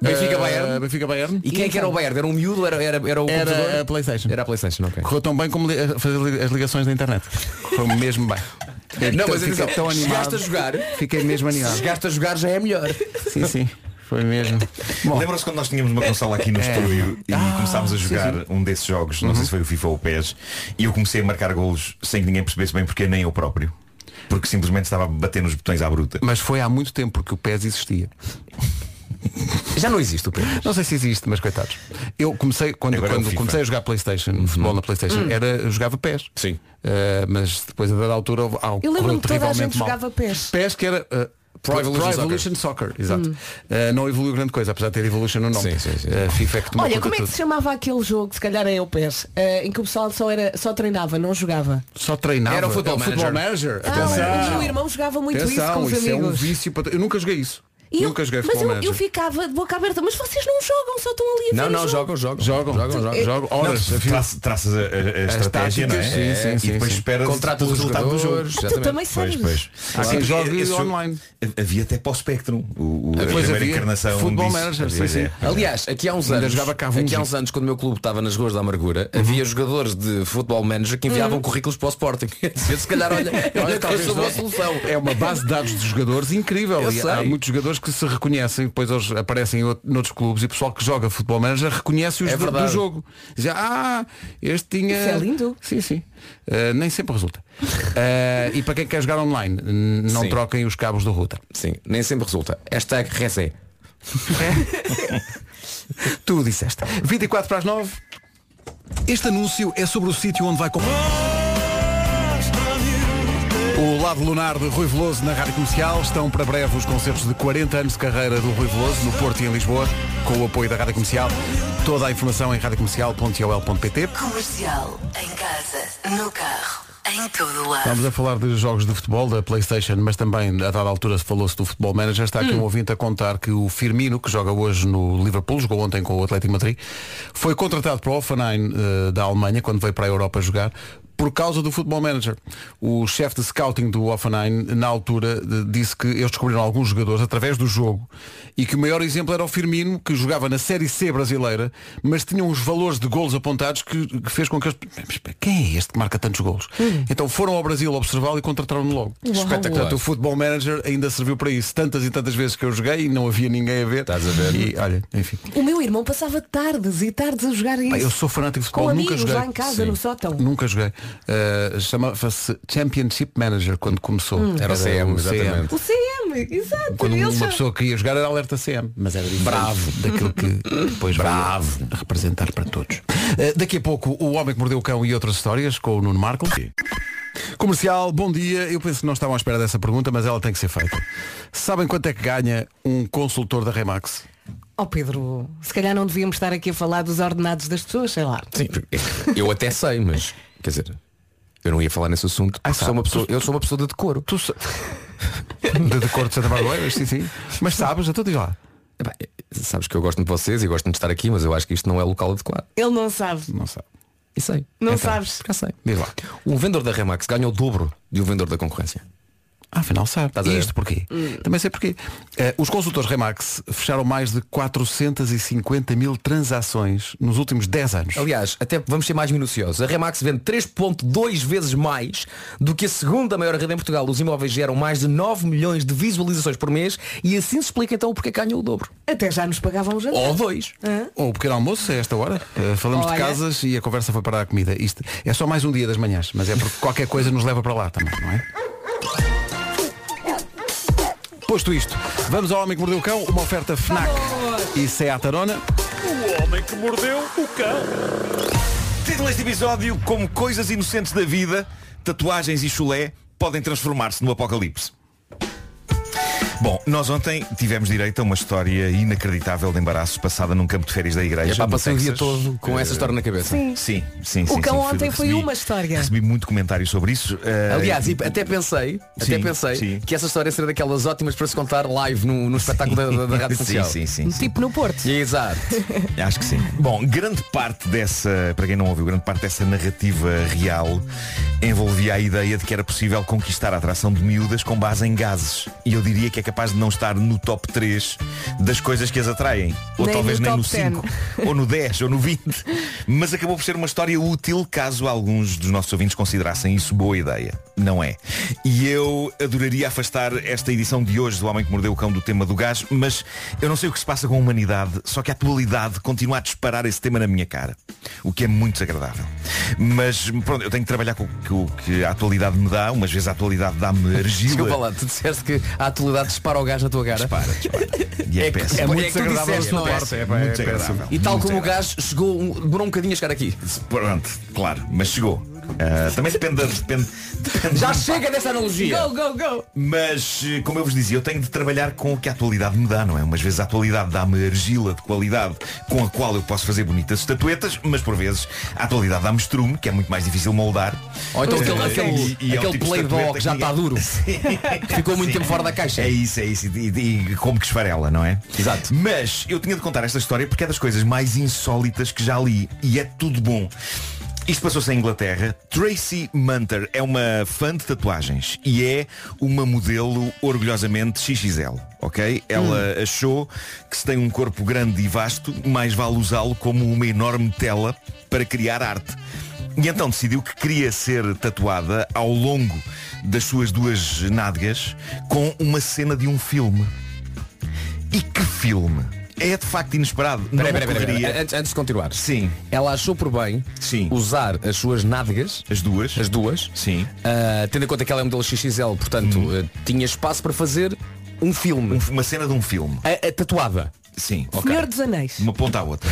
S9: Benfica
S1: Eh,
S9: Bayern.
S1: Benfica Bayern.
S9: E quem é que era o Bayern? Era um miúdo? Era, era, era o
S1: Era
S9: computador?
S1: a Playstation.
S9: Era a Playstation, ok.
S1: Correu tão bem como li- a- fazer li- as ligações da internet. Correu mesmo bem.
S9: Não,
S1: Então,
S9: mas
S1: fiquei
S9: atenção,
S1: tão
S9: chegaste
S1: animado.
S9: a jogar.
S1: Fiquei mesmo
S9: Se
S1: animado.
S9: chegaste a jogar já é melhor.
S1: Sim, sim. Foi mesmo.
S8: Lembram-se quando nós tínhamos uma consola aqui
S1: É.
S8: no estúdio e
S1: Ah,
S8: começámos a
S1: sim,
S8: jogar
S1: sim.
S8: um desses jogos, não
S1: Uhum.
S8: sei se foi o FIFA ou o PES, e eu comecei a marcar golos sem que ninguém percebesse bem porque nem eu próprio. Porque simplesmente estava a bater nos botões à bruta.
S1: Mas foi há muito tempo porque o PES existia.
S9: Já não existe o PES.
S1: Não sei se existe, mas coitados. Eu comecei, quando,
S8: Agora é o
S1: quando
S8: FIFA.
S1: comecei a jogar Playstation, futebol
S9: Uhum.
S1: na Playstation,
S3: Hum.
S1: era, eu jogava PES. Sim. mas depois a dada altura houve algo
S3: Eu lembro-me
S1: correu
S3: que toda a
S1: terrivelmente
S3: gente
S1: mal.
S3: jogava pés.
S1: PES que era uh, Pro,
S9: Pro
S1: Evolution,
S9: Evolution Soccer.
S1: Soccer, exato.
S3: Hum.
S1: Uh, não evoluiu grande coisa, apesar de ter Evolution no nome.
S9: Sim, sim, sim.
S1: Uh, FIFA é que tomou
S3: Olha,
S1: conta
S3: como é que
S1: de
S3: se chamava aquele jogo, se calhar é o PES, eh, em que o pessoal só, era, só treinava, não jogava?
S1: tudo. Só treinava.
S9: Era o Football
S1: É
S9: Manager.
S3: Ah,
S1: Atenção.
S3: o meu irmão jogava muito isso
S1: Atenção,
S3: com os
S1: isso é um
S3: amigos.
S1: vício para... Eu nunca joguei isso.
S3: E eu-
S1: nunca joguei
S3: mas
S1: Football
S3: eu,
S1: Manager.
S3: eu ficava de boca aberta, mas vocês não jogam, só estão ali a ver o jogo.
S9: jogam.
S1: Jogam, jogam, jogam. jogam. Horas, a fio.
S8: Não,
S9: Tá,
S8: traça- traças a, a- a estratégia, não é?
S1: táticas, sim, sim,
S8: e
S1: sim,
S8: depois
S1: sim.
S8: espera
S9: Contratas
S8: o
S9: os
S8: resultado do jogo.
S9: jogadores.
S3: Ah, tu também sabes.
S8: Pois, pois.
S9: tá.
S1: Há quem
S8: Sim,
S1: jogue
S8: esse jogo-
S1: online.
S8: Havia até para o Spectrum. O, o- a
S1: Pois
S8: primeira
S1: havia.
S8: encarnação
S1: Futebol
S8: disso.
S1: Manager, sim,
S8: Pois
S1: sim.
S8: é.
S9: Aliás, aqui há uns
S1: Ainda
S9: anos,
S1: jogava Cavunzi.
S9: aqui há uns anos, quando o meu clube estava nas ruas da amargura, havia jogadores de futebol manager que enviavam currículos para o Sporting. *laughs* Dizia, se calhar, olha, olha que eu
S1: talvez
S9: sou uma
S1: não.
S9: solução.
S1: É uma base de dados dos jogadores incrível.
S9: Eu
S1: E
S9: sei.
S1: há muitos jogadores que se reconhecem, depois eles aparecem em outro- noutros clubes e o pessoal que joga futebol manager reconhece os
S9: É
S1: do, do
S9: verdade.
S1: jogo. Diz, ah, este tinha.
S3: Isso é lindo.
S1: Sim, sim. Uh, nem sempre resulta. Uh, e para quem quer jogar online, n- não
S9: Sim.
S1: troquem os cabos do router.
S9: Sim, nem sempre resulta. Hashtag recé.
S1: Tu disseste. 24 para as 9. Este anúncio é sobre o sítio onde vai comprar. O lado lunar de Rui Veloso na Rádio Comercial estão para breve os concertos de 40 anos de carreira do Rui Veloso no Porto e em Lisboa, com o apoio da Rádio Comercial. Toda a informação em radiocomercial.ol.pt.
S11: Comercial. Em casa, no carro, em todo lado.
S1: Estamos a falar de jogos de futebol, da Playstation, mas também a dada altura se falou-se do futebol manager. Está aqui um ouvinte a contar que o Firmino, que joga hoje no Liverpool, jogou ontem com o Atlético de Madrid, foi contratado para o Offenheim eh, da Alemanha, quando veio para a Europa jogar, por causa do futebol manager. O chefe de scouting do Offenheim, na altura, de- disse que eles descobriram alguns jogadores através do jogo e que o maior exemplo era o Firmino, que jogava na Série C brasileira, mas tinha uns valores de golos apontados que, que fez com que eles... Mas, espera, Quem é este que marca tantos golos? Então foram ao Brasil observá-lo e contrataram-no logo.
S3: Hum. Uau. Espetacular.
S1: Portanto, o Football Manager ainda serviu para isso. Tantas e tantas vezes que eu joguei e não havia ninguém a ver. Estás a ver? E olha, enfim.
S3: O meu irmão passava tardes e tardes a jogar isso.
S1: Pá, eu sou fanático de futebol,
S3: Com
S1: nunca
S3: amigos
S1: joguei.
S3: lá em casa, no sótão.
S1: Nunca joguei. Uh, Chamava-se Championship Manager quando começou.
S3: Hum.
S9: Era o CM,
S1: um
S9: exatamente.
S3: O CM, exato.
S1: Quando
S3: eles
S1: uma
S3: já-
S1: pessoa queria jogar era alerta CM, mas era diferente
S9: Bravo.
S1: daquilo que depois bravo representar para todos. Uh, daqui a pouco o homem que mordeu o cão e outras histórias com o Nuno Marco. Comercial, bom dia. Eu penso que não estavam à espera dessa pergunta, mas ela tem que ser feita. Sabem quanto é que ganha um consultor da Remax?
S3: Oh Pedro, se calhar não devíamos estar aqui a falar dos ordenados das pessoas, sei lá.
S9: Sim, eu até sei, mas quer dizer, eu não ia falar nesse assunto. porque sou uma pessoa, eu sou uma pessoa de decoro.
S1: Tu sa- de, de cor de Santa Barboeiras, sim, sim. Mas sabes, então diz lá.
S9: Epá, Sabes que eu gosto muito de vocês e gosto muito de estar aqui, mas eu acho que isto não é o local adequado.
S3: Ele não sabe.
S1: Não sabe.
S9: E sei.
S3: Não
S9: Então,
S3: sabes.
S9: Já sei. Diz lá. Um vendedor da Remax ganha o dobro de um vendedor da concorrência.
S1: Afinal sabe.
S9: Estás a
S1: E
S9: ver? Hum.
S1: isto porquê? Também sei porquê. Eh, os consultores Remax fecharam mais de 450 mil transações nos últimos 10 anos.
S9: Aliás, até vamos ser mais minuciosos. A Remax vende 3.2 vezes mais do que a segunda maior rede em Portugal. Os imóveis geram mais de 9 milhões de visualizações por mês e assim se explica então o porquê ganham o dobro.
S3: Até já nos pagavam o
S1: Oh,
S3: jantar.
S9: Ou dois.
S3: Hã?
S1: Ou o pequeno almoço a esta hora. Eh, falamos de
S3: Olha.
S1: casas e a conversa foi para a comida. Isto é só mais um dia das manhãs, mas é porque qualquer coisa nos leva para lá também, não é? Posto isto, vamos ao Homem que Mordeu o Cão, uma oferta FNAC
S9: Tá
S1: e Seat Arona.
S8: O homem que mordeu o cão. Título deste episódio, como coisas inocentes da vida, tatuagens e chulé podem transformar-se no apocalipse. Bom, nós ontem tivemos direito a uma história inacreditável de embaraço passada num campo de férias da igreja.
S9: Epá,
S8: no
S9: passei o dia
S8: Texas. Eh,
S9: todo com essa história na cabeça.
S8: Sim, sim, sim.
S3: O
S8: sim,
S3: cão
S8: sim,
S3: ontem foi
S8: recebi-
S3: uma história.
S8: Recebi muito comentário sobre isso. eh, *laughs*
S9: Aliás, e até pensei, até
S8: Sim,
S9: pensei
S8: sim.
S9: que essa história seria daquelas ótimas para se contar live no, no espetáculo da,
S8: *laughs*
S9: da, da Rádio
S8: Sim,
S9: Social.
S8: sim, sim,
S3: Tipo no Porto.
S9: Exato.
S8: Acho que sim. Bom, grande parte dessa, para quem não ouviu, grande parte dessa narrativa real envolvia a ideia de que era possível conquistar a atração de miúdas com base em gases. E eu diria que é capaz de não estar no top 3 das coisas que as atraem. Ou
S13: Nem
S8: talvez
S13: no
S8: nem
S13: top
S8: no
S13: 10.
S8: 5, *laughs* ou no 10, ou no 20. Mas acabou por ser uma história útil caso alguns dos nossos ouvintes considerassem isso boa ideia. Não é? E eu adoraria afastar esta edição de hoje do Homem que Mordeu o Cão do tema do gás, mas eu não sei o que se passa com a humanidade, só que a atualidade continua a disparar esse tema na minha cara, o que é muito desagradável. Mas pronto, eu tenho que trabalhar com o que- o que a atualidade me dá, umas vezes a atualidade dá-me argila.
S9: Desculpa lá, tu disseste que a atualidade dispara o gás na tua cara.
S8: Dispara, dispara. E é, péssimo.
S9: É muito desagradável
S8: disseste, não é? Muito desagradável.
S9: E tal
S8: Muito
S9: como o gás chegou, um- demorou um bocadinho a chegar aqui.
S8: Pronto, claro, mas chegou. Ah, também depende, da- depende, depende
S9: Já
S8: do
S9: chega dessa analogia.
S3: Go, go, go.
S8: Mas, eh, como eu vos dizia, eu tenho de trabalhar com o que a atualidade me dá, não é? Umas vezes a atualidade dá-me argila de qualidade com a qual eu posso fazer bonitas estatuetas, mas por vezes a atualidade dá-me estrume, que é muito mais difícil moldar.
S9: Ou então
S8: Eh,
S9: aquele, aquele,
S8: é o
S9: aquele
S8: tipo de
S9: playboy
S8: estatueta
S9: que já está
S8: ninguém-
S9: duro. que ficou muito
S8: Sim.
S9: tempo fora da caixa.
S8: É isso, é isso. E, e- e como que esfarela, não é? Exato. Mas eu tinha de contar esta história porque é das coisas mais insólitas que já li. E é tudo bom. Isto passou-se em Inglaterra. Tracy Munter é uma fã de tatuagens e é uma modelo orgulhosamente XXL, ok? Ela achou que se tem um corpo grande e vasto, mais vale usá-lo como uma enorme tela para criar arte. E então decidiu que queria ser tatuada ao longo das suas duas nádegas com uma cena de um filme. E que filme? É de facto inesperado.
S9: Peraí,
S8: Não é
S9: peraí, peraí,
S8: ocorreria.
S9: peraí. Antes, antes de continuar.
S8: Sim.
S9: Ela achou por bem usar as suas nádegas.
S8: As duas.
S9: As duas.
S8: Sim.
S9: tendo em conta que ela é um modelo XXL, portanto,
S1: Hum.
S9: eh, tinha espaço para fazer um filme.
S8: uma cena de um filme.
S9: A, a tatuada.
S8: Sim. ok.
S3: Senhor dos Anéis.
S8: De uma ponta à outra.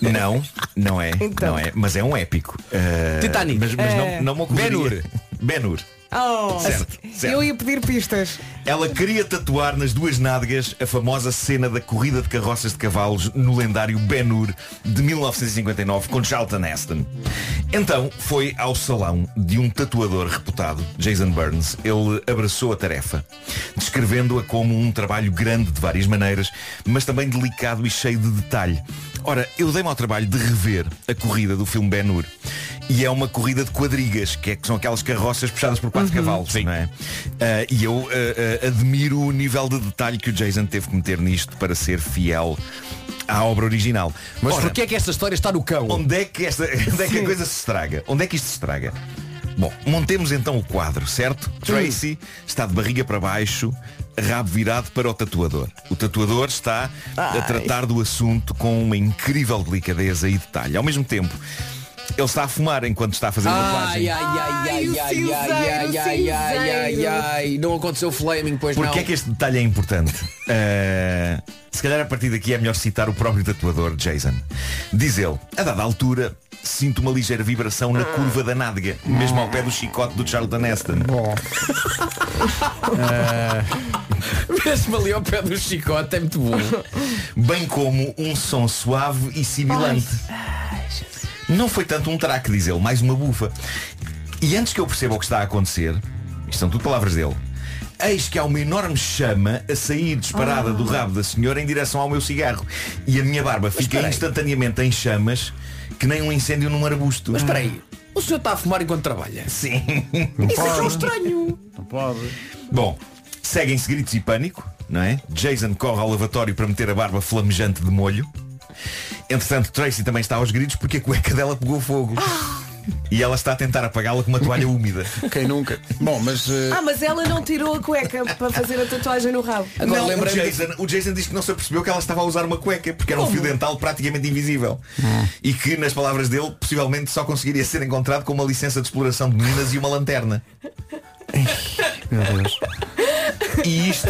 S8: não, não é, não é, mas é um épico. Uh,
S3: Titanic.
S8: Mas, mas
S3: É.
S8: não, não me ocorreria. Ben-Hur.
S3: Oh,
S8: Certo, certo.
S3: Eu ia pedir pistas.
S8: Ela queria tatuar nas duas nádegas a famosa cena da corrida de carroças de cavalos no lendário Ben-Hur de 1959 com Charlton Heston. Então foi ao salão de um tatuador reputado, Jason Burns. Ele abraçou a tarefa, descrevendo-a como um trabalho grande de várias maneiras, mas também delicado e cheio de detalhe. Ora, eu dei-me ao trabalho de rever a corrida do filme Ben-Hur. E é uma corrida de quadrigas, que, é, que são aquelas carroças puxadas por quatro cavalos, não é? Ah, e eu ah, ah, admiro o nível de detalhe que o Jason teve que meter nisto para ser fiel à obra original.
S9: Mas
S8: Ora,
S9: porquê é que esta história está no cão?
S8: Onde é que, esta, onde é que a coisa se estraga? Onde é que isto se estraga? Bom, montemos então o quadro, certo? Tracy está de barriga para baixo, rabo virado para o tatuador. O tatuador está a
S13: Ai.
S8: tratar do assunto com uma incrível delicadeza e detalhe. Ao mesmo tempo, ele está a fumar enquanto está a fazer um a
S9: Ai, ai,
S8: tatuagem.
S9: ai, ai,
S13: Ai, o
S9: ai, ai, ai,
S13: cinzeiro,
S9: ai, ai, ai,
S13: cinzeiro.
S9: ai, não aconteceu flaming, pois não.
S8: Porquê é que este detalhe é importante? *laughs* Eh, se calhar a partir daqui é melhor citar o próprio tatuador, Jason. Diz ele, a dada altura, sinto uma ligeira vibração na curva da nádega, mesmo ao pé do chicote do Charlton Heston. Bom.
S9: *laughs* Mesmo ali ao pé do chicote é muito bom.
S8: Bem como um som suave e sibilante. Não foi tanto um traque, diz ele, mais uma bufa. E antes que eu perceba o que está a acontecer, isto são tudo palavras dele, eis que há uma enorme chama a sair disparada do rabo da senhora em direção ao meu cigarro. E a minha barba fica instantaneamente em chamas que nem um incêndio num arbusto.
S9: Mas espera aí, o senhor está a fumar enquanto trabalha?
S8: Sim. *laughs*
S9: Isso é que é um estranho.
S8: Não pode. Bom, seguem-se gritos e pânico, não é? Jason corre ao lavatório para meter a barba flamejante de molho. Entretanto, Tracy também está aos gritos porque a cueca dela pegou fogo. E ela está a tentar apagá-la com uma toalha úmida.
S1: Quem nunca?
S8: Bom, mas.
S3: Ah, mas ela não tirou a cueca para fazer a tatuagem no rabo.
S8: Agora não, o, Jason, o Jason diz que não se apercebeu que ela estava a usar uma cueca, porque era um
S3: Como?
S8: fio dental praticamente invisível.
S1: É.
S8: E que, nas palavras dele, possivelmente só conseguiria ser encontrado com uma licença de exploração de minas e uma lanterna. E isto,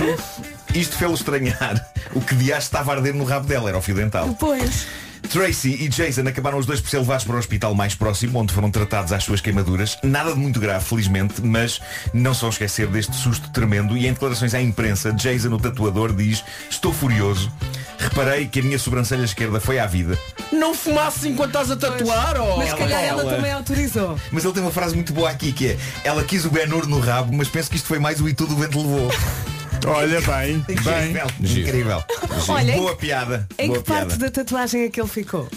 S8: isto fez-lo estranhar o que de acho estava a arder no rabo dela, era o fio dental.
S3: Pois.
S8: Tracy e Jason acabaram os dois por ser levados para o hospital mais próximo, onde foram tratados às suas queimaduras. Nada de muito grave, felizmente, mas não são esquecer deste susto tremendo. E em declarações à imprensa, Jason, o tatuador, diz Estou furioso. Reparei que a minha sobrancelha esquerda foi à vida.
S9: Não fumasse enquanto estás a tatuar, ó.
S3: Mas se calhar ela,
S8: ela.
S3: também autorizou.
S8: Mas ele tem uma frase muito boa aqui que é Ela quis o Ben-Hur no rabo, mas penso que isto foi mais o E tudo o vento levou.
S1: Olha, bem,
S8: Incrível. Incrível.
S3: Olha, em
S8: boa
S3: que-
S8: piada.
S3: Em
S8: boa
S3: que parte
S8: piada.
S3: da tatuagem é que ele ficou?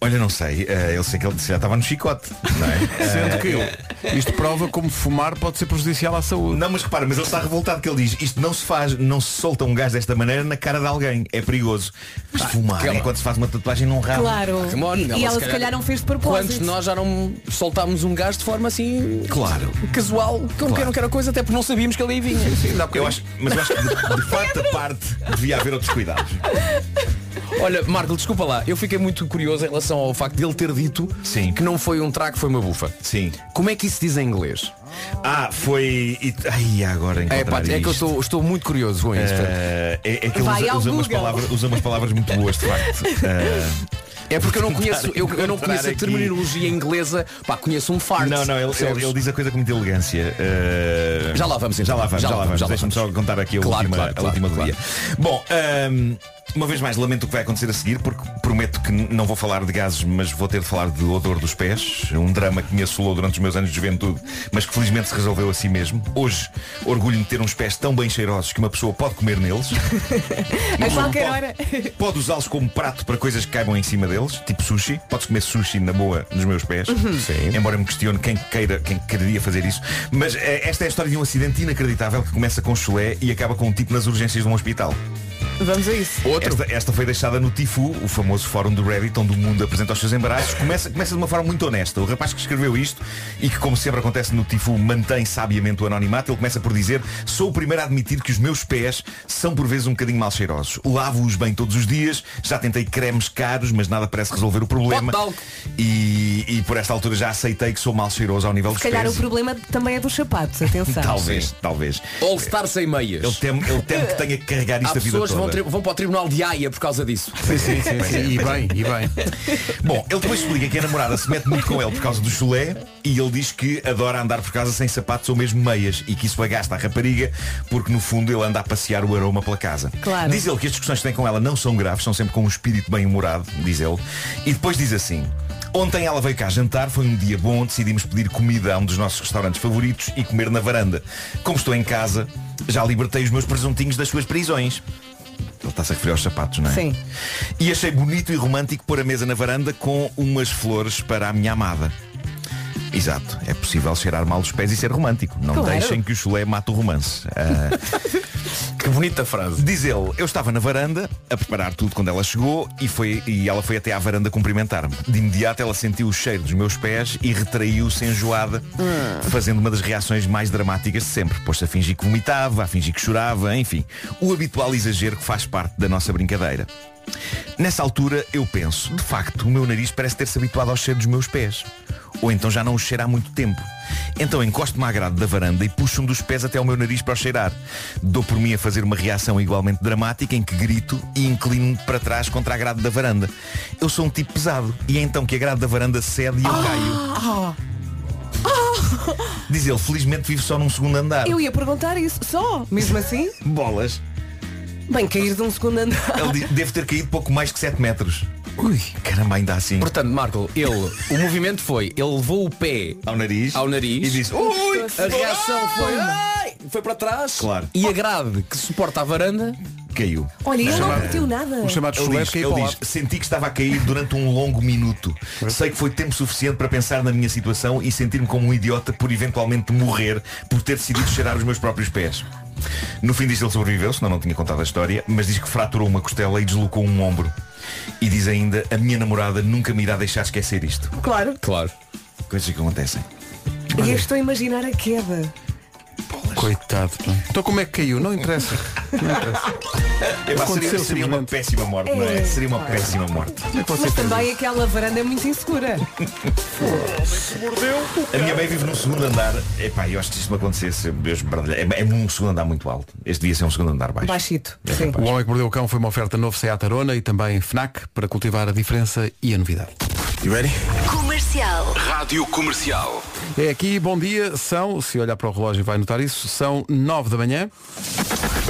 S8: Olha, não sei. eh, eu sei que ele já estava no chicote. Não é?
S1: Sendo que
S8: Eh,
S1: isto prova como fumar pode ser prejudicial à saúde.
S8: Não, mas repara, mas ele está revoltado que ele diz Isto não se faz, não se solta um gás desta maneira na cara de alguém É perigoso Mas fumar
S9: calma.
S8: é quando se faz uma tatuagem num rabo
S3: Claro. e ah, ela se calhar, não fez de
S9: Quantos
S3: propósito.
S9: de nós já não soltámos um gás de forma assim
S8: Claro.
S9: casual, que não
S8: Claro.
S9: quer não quer coisa, até porque não sabíamos que ele aí vinha.
S8: eu acho, Mas eu acho *laughs* que de, de parte a parte devia haver outros cuidados
S9: *laughs* Olha, Marco, desculpa lá, eu fiquei muito curioso em relação ao facto de ele ter dito que não foi um trago, foi uma bufa.
S8: Sim.
S9: Como é que isso diz em inglês?
S8: Ah, foi... e- Ai, agora
S9: É,
S8: encontrar
S9: pá, é que eu
S8: isto.
S9: estou, estou muito curioso com isso. portanto.
S8: Eh, é, é que ele
S9: Vai
S8: usa,
S9: ao
S8: usa umas
S9: Google.
S8: palavras, usa umas palavras muito boas, de facto *laughs* Eh,
S9: É porque eu não conheço, eu, eu não
S8: encontrar
S9: conheço a
S8: aqui.
S9: terminologia inglesa, pá, conheço um fart.
S8: Não, não, ele,
S9: percebes?
S8: ele- ele diz a coisa com muita elegância. Uh,
S9: Já lá vamos,
S8: Já
S9: então.
S8: lá vamos, já, lá vamos.
S9: já lá
S8: Deixa-me só contar aqui a
S9: Claro,
S8: última,
S9: claro,
S8: a
S9: claro,
S8: última do
S9: claro.
S8: dia. Bom, um, uma vez mais lamento o que vai acontecer a seguir, porque prometo que n- não vou falar de gases, mas vou ter de falar de odor dos pés, um drama que me assolou durante os meus anos de juventude, mas que felizmente se resolveu a si mesmo. Hoje, orgulho-me de ter uns pés tão bem cheirosos que uma pessoa pode comer neles.
S3: A qualquer hora. *laughs*
S8: *laughs* Pode usá-los como prato para coisas que caibam em cima deles, tipo sushi. Podes comer sushi na boa nos meus pés.
S9: Uhum.
S8: Sim. Embora eu me questione quem, queira, quem quereria fazer isso. Mas eh, esta é a história de um acidente inacreditável que começa com chulé e acaba com um tipo nas urgências de um hospital.
S3: Vamos a isso.
S8: Esta, é esta foi deixada no Tifu, o famoso fórum do Reddit, onde o mundo apresenta os seus embaraços. Começa, começa de uma forma muito honesta. O rapaz que escreveu isto e que, como sempre acontece no Tifu, mantém sabiamente o anonimato, ele começa por dizer sou o primeiro a admitir que os meus pés são por vezes um bocadinho mal cheirosos. Lavo-os bem todos os dias, já tentei cremes caros, mas nada parece resolver o problema. E, e por esta altura já aceitei que sou mal cheiroso ao nível
S3: Se
S8: dos
S3: calhar
S8: pés.
S3: o problema também é dos sapatos, atenção.
S8: Talvez, talvez.
S9: All Star sem meias.
S8: Ele teme, ele teme que tenha que carregar
S9: Há
S8: isto a vida
S9: pessoas que
S8: toda.
S9: vão, tri- vão para o tribunal de Haia por causa disso.
S8: Pois é, pois é. Bom, ele depois explica que a namorada se mete muito com ele por causa do chulé e ele diz que adora andar por casa sem sapatos ou mesmo meias e que isso agasta a rapariga porque no fundo ele anda a passear o aroma pela casa.
S9: Claro.
S8: Diz ele que as discussões que tem com ela não são graves, são sempre com um espírito bem-humorado, diz ele. E depois diz assim. Ontem ela veio cá jantar, foi um dia bom, decidimos pedir comida a um dos nossos restaurantes favoritos e comer na varanda. *laughs* Como estou em casa, já libertei os meus presuntinhos das suas prisões. Ele está-se a referir aos sapatos, não é?
S3: Sim.
S8: E achei bonito e romântico pôr a mesa na varanda com umas flores para a minha amada. Exato, é possível cheirar mal os pés e ser romântico. Não
S9: Claro.
S8: deixem que o chulé mate o romance.
S1: *laughs*
S8: Ah,
S9: Que bonita frase.
S8: Diz ele, eu estava na varanda a preparar tudo quando ela chegou e, foi, e ela foi até à varanda cumprimentar-me. De imediato ela sentiu o cheiro dos meus pés e retraiu-se enjoada, fazendo uma das reações mais dramáticas de sempre. Pôs-se a fingir que vomitava, a fingir que chorava, enfim. O habitual exagero que faz parte da nossa brincadeira. Nessa altura eu penso, de facto, o meu nariz parece ter-se habituado ao cheiro dos meus pés. Ou então já não o cheira há muito tempo. Então encosto-me à grade da varanda e puxo um dos pés até ao meu nariz para o cheirar. Dou por mim a fazer uma reação igualmente dramática em que grito e inclino-me para trás contra a grade da varanda. Eu sou um tipo pesado e é então que a grade da varanda cede e eu caio.
S3: Ah,
S8: Diz ele, felizmente vivo só num segundo andar.
S3: eu ia perguntar isso. Só, mesmo assim?
S8: Ah. Bolas.
S3: Bem, cair de um segundo andar.
S8: Ele di- deve ter caído pouco mais que 7 metros. Ui, caramba, ainda assim.
S9: Portanto, Marco, ele, o movimento foi, ele levou o pé
S8: ao nariz,
S9: ao nariz
S8: e disse, "Ui!"
S9: a reação foi, "Ai!" foi para trás
S8: Claro.
S9: e a grade que suporta a varanda
S8: caiu.
S3: Olha, ele não
S8: Chamado-
S3: curtiu nada.
S8: ele diz, ele diz, senti que estava a cair durante um longo minuto. Sei que foi tempo suficiente para pensar na minha situação e sentir-me como um idiota por eventualmente morrer por ter decidido cheirar os meus próprios pés. No fim diz ele sobreviveu, senão não tinha contado a história, mas diz que fraturou uma costela e deslocou um ombro. E diz ainda, a minha namorada nunca me irá deixar esquecer isto.
S3: Claro.
S8: Claro. Coisas que acontecem.
S3: E eu estou a imaginar a queda.
S1: Coitado. pá. Então como é que caiu? Não interessa. Não interessa.
S8: É, pá, seria,
S1: Aconteceu
S8: seria uma péssima morte, não é?
S3: É,
S8: Seria uma péssima morte.
S3: Mas também aquela varanda é muito insegura.
S8: A minha mãe vive num segundo andar. Epá, eu acho que se isto me acontecesse, eu esbardalhava. é, é um segundo andar muito alto. Este devia ser um segundo andar baixo.
S3: Baixito.
S1: O Homem que Mordeu o Cão foi uma oferta novo Seat Arona e também FNAC para cultivar a diferença e a novidade.
S8: You ready?
S11: Comercial.
S5: Rádio Comercial.
S1: É aqui, bom dia. São, se olhar para o relógio vai notar isso, são 9 da manhã.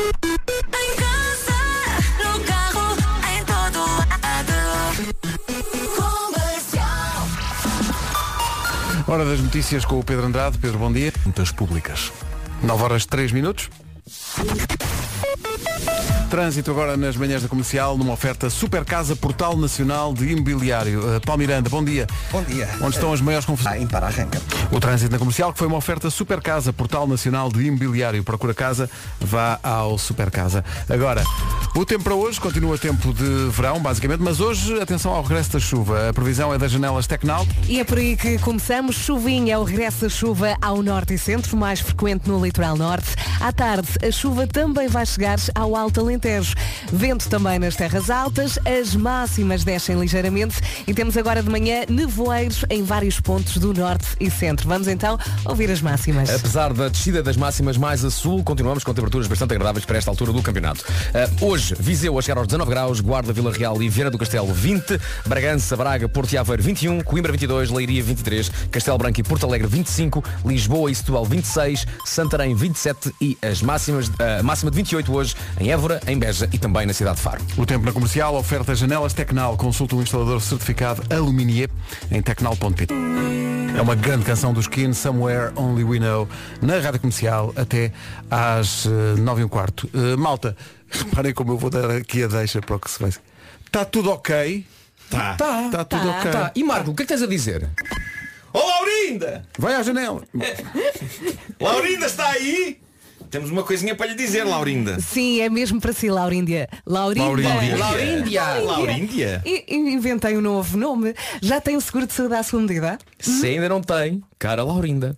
S11: Em casa, no carro, em todo lado. Comercial.
S1: Hora das notícias com o Pedro Andrade. Pedro, bom dia. Notas públicas. 9 horas 3 minutos. Trânsito agora nas manhãs da comercial, numa oferta Super Casa Portal Nacional de Imobiliário. Uh, Paulo Miranda, bom dia.
S4: Bom dia.
S1: Onde estão as maiores confusões? Ah,
S4: impar arranca.
S1: O trânsito na comercial, que foi uma oferta Super Casa Portal Nacional de Imobiliário. Procura casa, vá ao Super Casa. Agora, o tempo para hoje continua tempo de verão, basicamente, mas hoje, atenção ao regresso da chuva. A previsão é das janelas Tecnal.
S3: E é por aí que começamos. Chuvinha é o regresso da chuva ao norte e centro, mais frequente no litoral norte. À tarde, a chuva também vai chegar ao Alto Alentejo. Vento também nas terras altas, as máximas descem ligeiramente e temos agora de manhã nevoeiros em vários pontos do norte e centro. Vamos então ouvir as máximas.
S9: Apesar da descida das máximas mais a sul, continuamos com temperaturas bastante agradáveis para esta altura do campeonato. Ah, hoje, Viseu a chegar aos 19 graus, Guarda, Vila Real e Viana do Castelo 20, Bragança, Braga, Porto e Aveiro 21, Coimbra 22, Leiria 23, Castelo Branco e Porto Alegre 25, Lisboa e Setúbal 26, Santarém 27 e as máximas, a máxima de 28 hoje em Évora, em Beja e também na cidade de Faro.
S1: O tempo na comercial, oferta janelas Tecnal. Consulta um instalador certificado Aluminier em tecnal.pt. É uma grande canção do Skin, Somewhere Only We Know, na rádio comercial até às eh, nove e um quarto. Eh, malta, *laughs* reparem como eu vou dar aqui a deixa para o que se vai. Está tudo ok? Está. Está tudo
S13: Tá.
S1: ok.
S13: Tá.
S1: E Marco, o que é que tens a dizer?
S8: Ó Laurinda!
S1: Vai à janela!
S8: Laurinda está aí? Temos uma coisinha para lhe dizer, Laurinda.
S3: Sim, é mesmo para si, Lauríndia. Lauríndia.
S8: Lauríndia. Lauríndia. Lauríndia.
S3: E- e Inventei um novo nome. Já tem o seguro de saúde à sua medida?
S9: Se ainda não tem, cara Laurinda.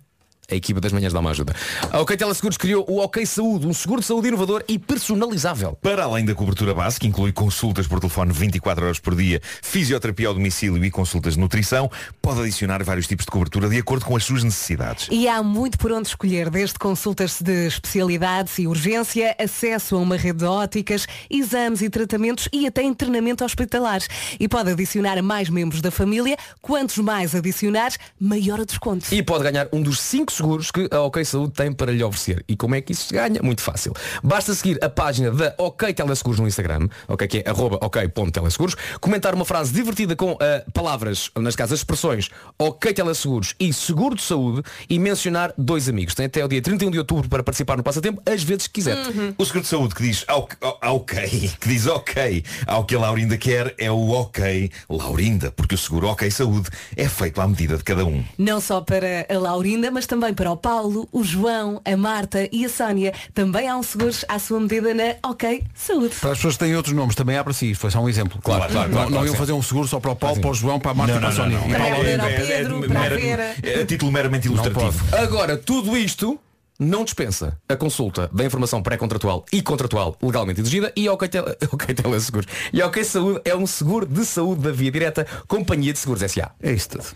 S9: A equipa das manhãs dá uma ajuda. A OK Teleseguros criou o OK Saúde, um seguro de saúde inovador e personalizável.
S8: Para além da cobertura base, que inclui consultas por telefone 24 horas por dia, fisioterapia ao domicílio e consultas de nutrição, pode adicionar vários tipos de cobertura de acordo com as suas necessidades.
S3: E há muito por onde escolher, desde consultas de especialidades e urgência, acesso a uma rede de óticas, exames e tratamentos e até internamento hospitalares. E pode adicionar mais membros da família, quantos mais adicionares, maior o desconto.
S9: E pode ganhar um dos 5 seguros que a OK Saúde tem para lhe oferecer. E como é que isso se ganha? Muito fácil. Basta seguir a página da OK Teleseguros no Instagram, ok, que é arroba ok.teleseguros, comentar uma frase divertida com ah, palavras, nas casas expressões, OK Teleseguros e Seguro de Saúde e mencionar dois amigos. Tem até o dia 31 de outubro para participar no passatempo, às vezes que quiser.
S8: O seguro de saúde que diz ao, ao- ao ok, *laughs* que diz ok ao que a Laurinda quer é o ok Laurinda, porque o seguro ok saúde é feito à medida de cada um.
S3: Não só para a Laurinda, mas também para o Paulo, o João, a Marta e a Sónia. Também há um seguro à sua medida na OK Saúde.
S1: Para as pessoas que têm outros nomes, também há para si. Isto foi só um exemplo. Claro, Não,
S8: claro, claro,
S1: não
S8: claro,
S1: iam
S8: sim.
S1: fazer um seguro só para o Paulo, para o João, para a Marta e para a Sónia. E para a Laura.
S8: É, a título meramente ilustrativo.
S9: Agora, tudo isto não dispensa a consulta da informação pré-contratual e contratual legalmente exigida e OK, tele, *laughs* ok Teleseguros. E OK Saúde é um seguro de saúde da via direta, companhia de seguros S.A.
S1: É isto tudo.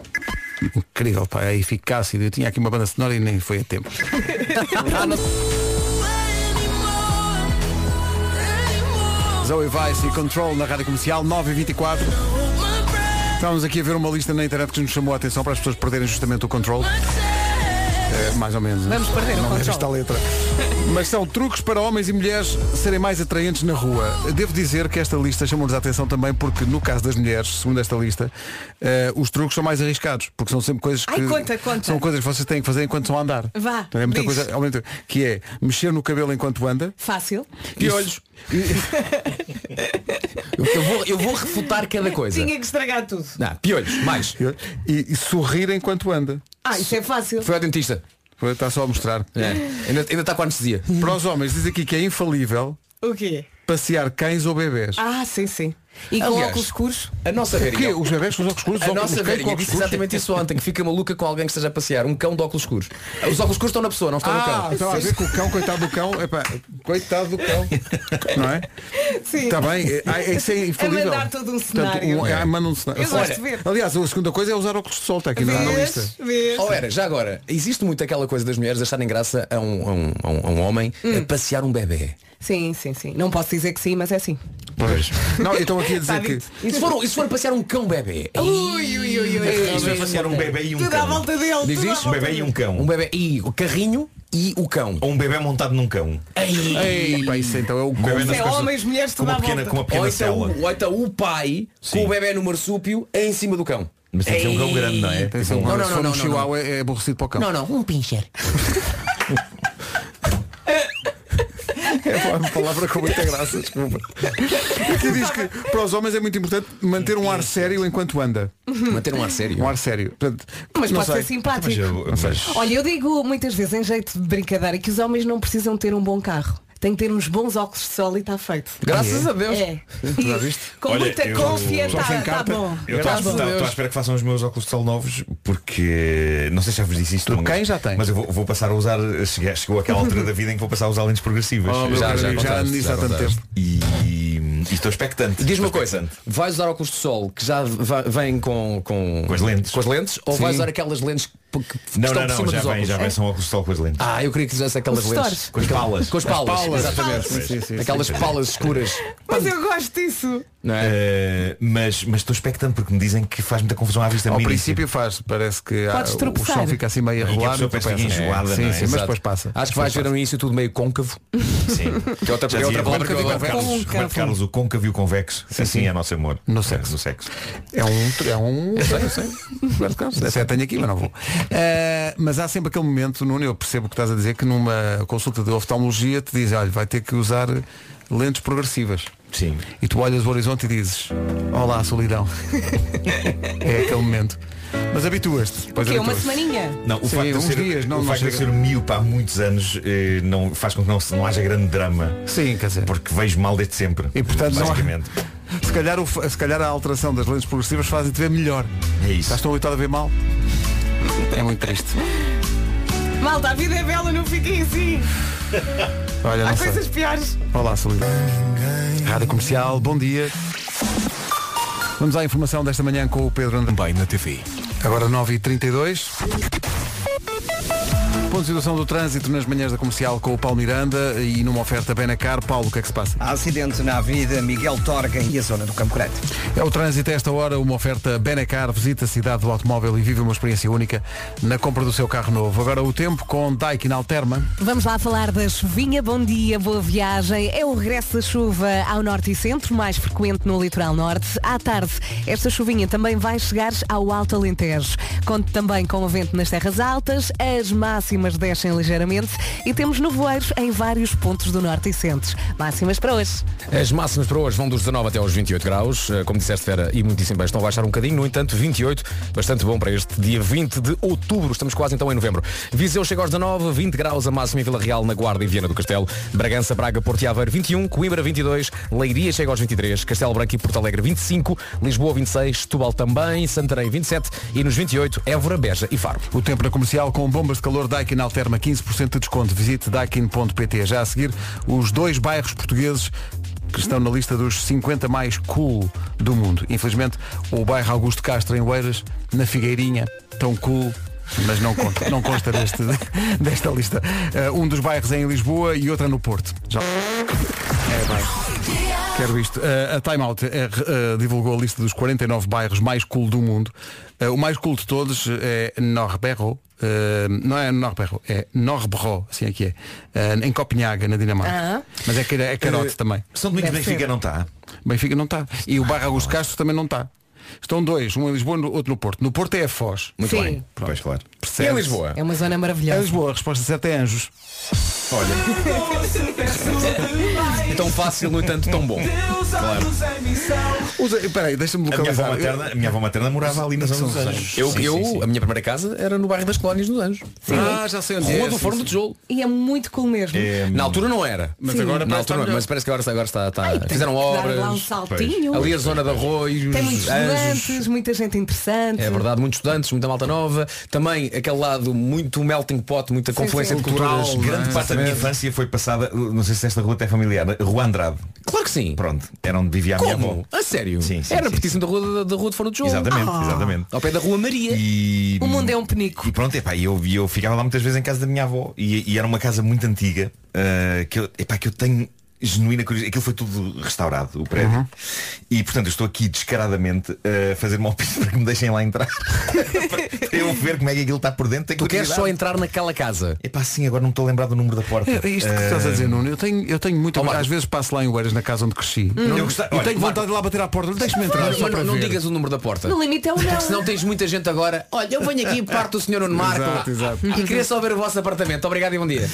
S1: Incrível, pá, é a eficácia. Eu tinha aqui uma banda sonora e nem foi a tempo. Zoe Vice e Control na Rádio Comercial 9h24. Estávamos aqui a ver uma lista na internet que nos chamou a atenção para as pessoas perderem justamente o control. É, mais ou menos.
S3: Vamos perder o
S1: Não lembro
S3: controle.
S1: esta letra. Mas são truques para homens e mulheres serem mais atraentes na rua. Devo dizer que esta lista chamou-nos a atenção também porque no caso das mulheres, segundo esta lista, eh, os truques são mais arriscados, porque são sempre coisas que
S3: Ai, conta, conta.
S1: são coisas que vocês têm que fazer enquanto estão a andar.
S3: Vá,
S1: Então é muita
S3: diz.
S1: coisa, ao mesmo tempo, que é mexer no cabelo enquanto anda.
S3: Fácil.
S1: E olhos.
S9: Eu vou, eu vou refutar cada coisa.
S3: Tinha que estragar tudo.
S9: Não, piolhos, mais.
S1: E, e sorrir enquanto anda.
S3: Ah, isso é fácil.
S9: Foi ao dentista. É.
S1: Está só a mostrar.
S9: Ainda, ainda está com anestesia.
S1: Para os homens, diz aqui que é infalível
S3: O quê?
S1: passear cães ou bebés.
S3: Ah, sim, sim. E com
S9: Aliás,
S3: óculos escuros?
S9: A nossa
S1: O quê?
S9: verinha.
S1: Os bebés com os óculos escuros?
S9: A
S1: Os óculos-
S9: nossa
S1: os cães com
S9: verinha
S1: óculos
S9: disse
S1: escuros?
S9: exatamente isso ontem, que fica maluca com alguém que esteja a passear. Um cão de óculos escuros. Os óculos escuros estão na pessoa, não estão no
S1: Ah,
S9: cão.
S1: estava a ver que o cão, coitado do cão, epá, coitado do cão, não é?
S3: Sim.
S1: Está bem, é, é, isso é infalível.
S3: mandar todo um
S1: Portanto,
S3: cenário.
S1: um- é, manda um cenário.
S3: Eu gosto de
S1: Olha,
S3: ver.
S1: Aliás, a segunda coisa é usar óculos de sol, está aqui na na
S9: Vês?
S1: lista. Oh.
S3: Vês?
S9: Ou Oh, era, já agora, existe muito aquela coisa das mulheres acharem graça a um, a um, a um- a um homem
S3: Hum.
S9: a passear um bebê.
S3: Sim, sim, sim. Não posso dizer que sim, mas é sim.
S1: Pois. Não, então aqui a dizer
S3: Tá
S1: que.
S3: dito.
S9: E se for, e se for passear um cão bebê?
S3: Ui, ui, ui, ui.
S8: Isto vai passear um bebê e um
S3: Tudo à
S8: cão.
S3: volta dele.
S9: Diz
S3: tudo à
S9: isso?
S8: Um
S3: volta
S8: bebê e um cão.
S9: Um bebê e o carrinho e o cão.
S8: Ou um bebê montado num cão.
S1: Ei, pá, isso então é o
S8: bebê
S1: cão.
S8: nas
S3: dele. É
S8: costas-
S3: homens, mulheres,
S8: com
S3: tudo à
S8: uma pequena,
S3: volta.
S8: com uma
S9: Ou
S8: pequena
S1: é
S9: então,
S1: um-
S8: cela.
S9: ou então o pai com o bebê no marsúpio em cima do cão.
S8: Mas tem que ser um cão grande, não é?
S1: Atenção,
S9: Não,
S1: quando
S9: não,
S1: se
S9: não,
S1: for
S9: não,
S1: um
S9: não,
S1: chihuahua é aborrecido para o cão.
S9: Não, não, um pincher.
S1: É uma palavra com muita
S3: *laughs*
S1: graça, desculpa. Aqui diz que para os homens é muito importante manter um ar sério enquanto anda.
S9: Manter um ar sério.
S1: Um ar sério. Portanto,
S3: Mas
S1: não
S3: pode
S1: sei.
S3: ser simpático.
S8: Mas eu- mas-
S3: Olha, eu digo muitas vezes, em jeito de brincadeira, que os homens não precisam ter um bom carro. Tem que ter uns bons óculos de sol e está feito.
S9: Graças a Deus.
S3: É.
S1: Já viste?
S3: Com
S8: Olha,
S3: muita
S8: eu-
S3: confiança.
S1: Só sem
S3: Está tá
S1: carta.
S3: bom.
S8: Eu estou
S3: Tá
S8: à
S3: bom.
S8: estou à espera que façam os meus óculos de sol novos porque não sei se já vos disse isto.
S1: Do
S8: não,
S1: quem já tem?
S8: Mas eu vou, vou passar a usar, chega- chegou aquela
S1: *laughs*
S8: altura da vida em que vou passar a usar lentes progressivas.
S1: Oh, meu
S9: Já,
S1: caro
S9: já
S1: amigo, já
S9: contaste,
S1: ando nisso
S9: já
S1: há tanto
S9: contaste.
S1: tempo.
S8: E, e estou expectante.
S9: Diz
S8: Estou
S9: uma coisa,
S8: expectante.
S9: vais usar óculos de sol que já va- vem com, com,
S8: Com as lentes.
S9: com as lentes ou
S1: Sim.
S9: vais usar aquelas lentes que que
S8: Não, não,
S9: estão por cima
S8: não, já
S9: dos
S8: vem,
S9: óculos?
S8: já vem, são óculos de sol com as lentes.
S9: Ah, eu queria que usasse aquelas
S3: Os
S9: lentes.
S3: stores.
S8: Com as palas.
S9: Com as palas, exatamente.
S1: Sim, sim, sim,
S9: aquelas palas escuras.
S3: Mas eu gosto disso.
S9: Não
S4: Ah.
S9: é?
S8: Eh, mas mas estou expectante porque me dizem que faz muita confusão à vista
S1: Ao
S8: no
S1: princípio faz, parece que há,
S3: Podes
S1: o
S3: tropeçar.
S1: chão fica assim meio a
S8: E que a é
S1: rolar
S8: pessoa parece que fica
S1: tropeça.
S8: enjoada,
S1: Sim,
S8: não é?
S1: sim, mas
S9: Exato.
S1: depois passa. Ah,
S9: Acho que vais ver no início tudo meio côncavo.
S8: início. Sim.
S9: *laughs*
S8: Já
S9: Que é outra, é outra
S8: dizia
S9: palavra
S8: Roberto
S9: que eu
S8: Roberto
S9: adoro.
S8: Carlos,
S4: é
S3: Côncavo.
S8: Roberto Carlos, o côncavo e o convexo. Sim, sim, é nosso amor.
S1: No
S8: É,
S1: sexo.
S8: No sexo.
S1: É um. É um.
S8: *laughs*
S1: Eu sei, eu sei. Roberto Carlos. Essa eu tenho aqui, mas não vou. Eh, mas há sempre aquele momento, Nuno, eu percebo o que estás a dizer, que numa consulta de oftalmologia te dizem, olha, vai ter que usar lentes progressivas.
S8: Sim.
S1: E tu olhas o horizonte e dizes, olá,
S8: *laughs*
S1: solidão. é aquele momento. Mas habituas-te.
S3: O
S1: depois
S3: quê? é Uma
S1: habituas-te.
S3: semaninha?
S8: Não, o
S1: Sim,
S8: facto de eu
S1: uns
S8: ser,
S1: dias, não-
S8: o
S1: não
S8: facto de eu
S1: chega.
S8: ser um miúdo há muitos anos eh, não, faz com que não, se- não haja grande drama.
S1: Sim, quer dizer.
S8: Porque vejo mal desde sempre.
S1: E, portanto, não-
S8: basicamente.
S1: *laughs* Se calhar, o, se calhar a alteração das lentes progressivas fazem-te ver melhor.
S8: É isso.
S1: Estás tão habituado a ver mal? É muito triste.
S3: Malta, a vida é bela, não fiquem assim.
S1: Olha,
S3: Há
S1: não sei.
S3: coisas piores.
S1: Olá, solidão. Rádio Comercial, bom dia. Vamos à informação desta manhã com o Pedro André.
S12: Também na TV.
S1: Agora 9h32. Ponto de situação do trânsito nas manhãs da comercial com o Paulo Miranda e numa oferta Benacar. Paulo, o que é que se passa?
S4: Há acidente na Avenida Miguel Torgan e a zona do Campo Grande.
S1: É o trânsito a esta hora, uma oferta Benacar. Visita a cidade do automóvel e vive uma experiência única na compra do seu carro novo. Agora o tempo com Daikin Alterma.
S3: Vamos lá falar da chuvinha. Bom dia, boa viagem. É o regresso da chuva ao norte e centro, mais frequente no litoral norte. À tarde, esta chuvinha também vai chegar ao Alto Alentejo. Conto também com o vento nas terras altas, as máximas descem ligeiramente e temos nevoeiros em vários pontos do norte e centro. Máximas para hoje.
S9: As máximas para hoje vão dos 19 até aos 28 graus. Eh, Como disseste, Vera, e muitíssimo bem, estão a baixar um bocadinho. No entanto, 28, bastante bom para este dia 20 de outubro. Estamos quase então em novembro. Viseu chega aos 19, 20 graus a máxima em Vila Real, na Guarda e Viana do Castelo. Bragança, Braga, Porto e Aveiro, 21. Coimbra, 22. Leiria chega aos 23. Castelo Branco e Porto Alegre, 25. Lisboa, 26. Setúbal também. Santarém, 27. E nos 28, Évora, Beja e Faro.
S1: O tempo na comercial com bombas de calor Daikin Alterma 15% de desconto. Visite daikin.pt. Já a seguir, os dois bairros portugueses que estão na lista dos 50 mais cool do mundo. Infelizmente, o bairro Augusto Castro em Oeiras, na Figueirinha, tão cool mas não conta, não consta deste, *laughs* desta lista. Eh, um dos bairros é em Lisboa e outra no Porto. Já. É bem. Quero isto. Eh, a Time Out eh, re- eh, divulgou a lista dos 49 bairros mais cool do mundo. Eh, o mais cool de todos é Norberro. Eh, não é Norberro, é Norberro, assim é que é. Eh, em Copenhaga, na Dinamarca.
S4: Ah.
S1: Mas é, Cara- é Carote
S4: Eh,
S1: também.
S4: São Domingos
S1: Deve
S4: Benfica
S1: ser.
S4: não está.
S1: Benfica não está. E o bairro Augusto Castro também não está. Estão dois, um em Lisboa e outro no Porto. No Porto é a Foz.
S3: Muito Sim. bem.
S4: Pois, claro.
S1: Percebe-se.
S3: É uma zona maravilhosa.
S1: É Lisboa, a resposta certa é Anjos.
S9: *laughs*
S4: Olha.
S9: Tão fácil, no entanto, tão bom.
S4: Claro.
S1: Usa, peraí, deixa-me
S4: A minha, avó
S1: localizar.
S4: materna, a minha avó materna morava ali na Zona dos Anjos.
S9: Eu,
S4: Sim,
S9: eu-
S4: sim, sim.
S9: a minha primeira casa era no bairro das Colónias dos Anjos.
S1: Ah, já sei onde
S9: Rua
S1: é,
S9: do
S1: sim,
S9: Forno
S1: sim.
S9: de Tijolo.
S3: E é muito cool mesmo.
S9: Na altura não era.
S3: Mas Sim. agora
S9: na
S3: parece
S9: altura,
S3: estar
S9: não era, mas parece que agora, agora está. está- fizeram
S3: que dar
S9: obras.
S3: lá um saltinho.
S9: Ali a zona de arroz.
S3: Tem muitos
S9: anjos.
S3: estudantes, muita gente interessante.
S9: É verdade, muitos estudantes, muita malta nova. Também aquele lado muito melting pot, muita
S3: Sim,
S9: confluência
S3: sim.
S9: de culturas.
S4: Grande parte da minha infância foi passada, não sei se esta rua até é familiar, Rua Andrade.
S9: Claro que sim.
S4: Pronto, era onde vivia a minha
S9: Como?
S4: avó.
S9: A sério?
S4: é Sim, sim,
S9: Era
S4: sim,
S9: pertíssimo da rua, da, da rua de Fora do Jogo.
S4: Exatamente,
S9: Ah.
S4: exatamente.
S9: Ao pé da Rua Maria.
S4: E,
S3: O mundo é um penico.
S4: e pronto, epá, eu, eu ficava lá muitas vezes em casa da minha avó e, e era uma casa muito antiga ah, que, eu, epá, que eu tenho genuína curiosidade. Aquilo foi tudo restaurado, o prédio.
S3: Uhum.
S4: E portanto eu estou aqui descaradamente ah, a fazer uma opinião *laughs* para que me deixem
S3: *laughs*
S4: lá entrar. para eu ver como é que aquilo está por dentro.
S9: Tu queres só entrar naquela casa?
S4: Epá, sim, agora não me estou a lembrar do número da
S3: *laughs*
S4: porta.
S1: É isto que tu estás a
S9: Eh,
S1: dizer, Nuno. Eu tenho, eu tenho muito. Às vezes passo lá em Oeiras, na casa onde cresci.
S9: Hum.
S1: Não-
S9: Eu gostava-
S1: e
S9: olha,
S1: tenho vontade de lá bater à porta. Deixa-me entrar.
S9: Mas
S1: só para
S9: não, não
S1: ver.
S9: digas o número da porta.
S3: No limite é o não.
S9: Porque senão tens muita gente agora. Olha, eu venho aqui parte do senhor Nuno Marco.
S4: Exato, exato.
S9: E queria só ver o vosso apartamento. Obrigado e bom dia.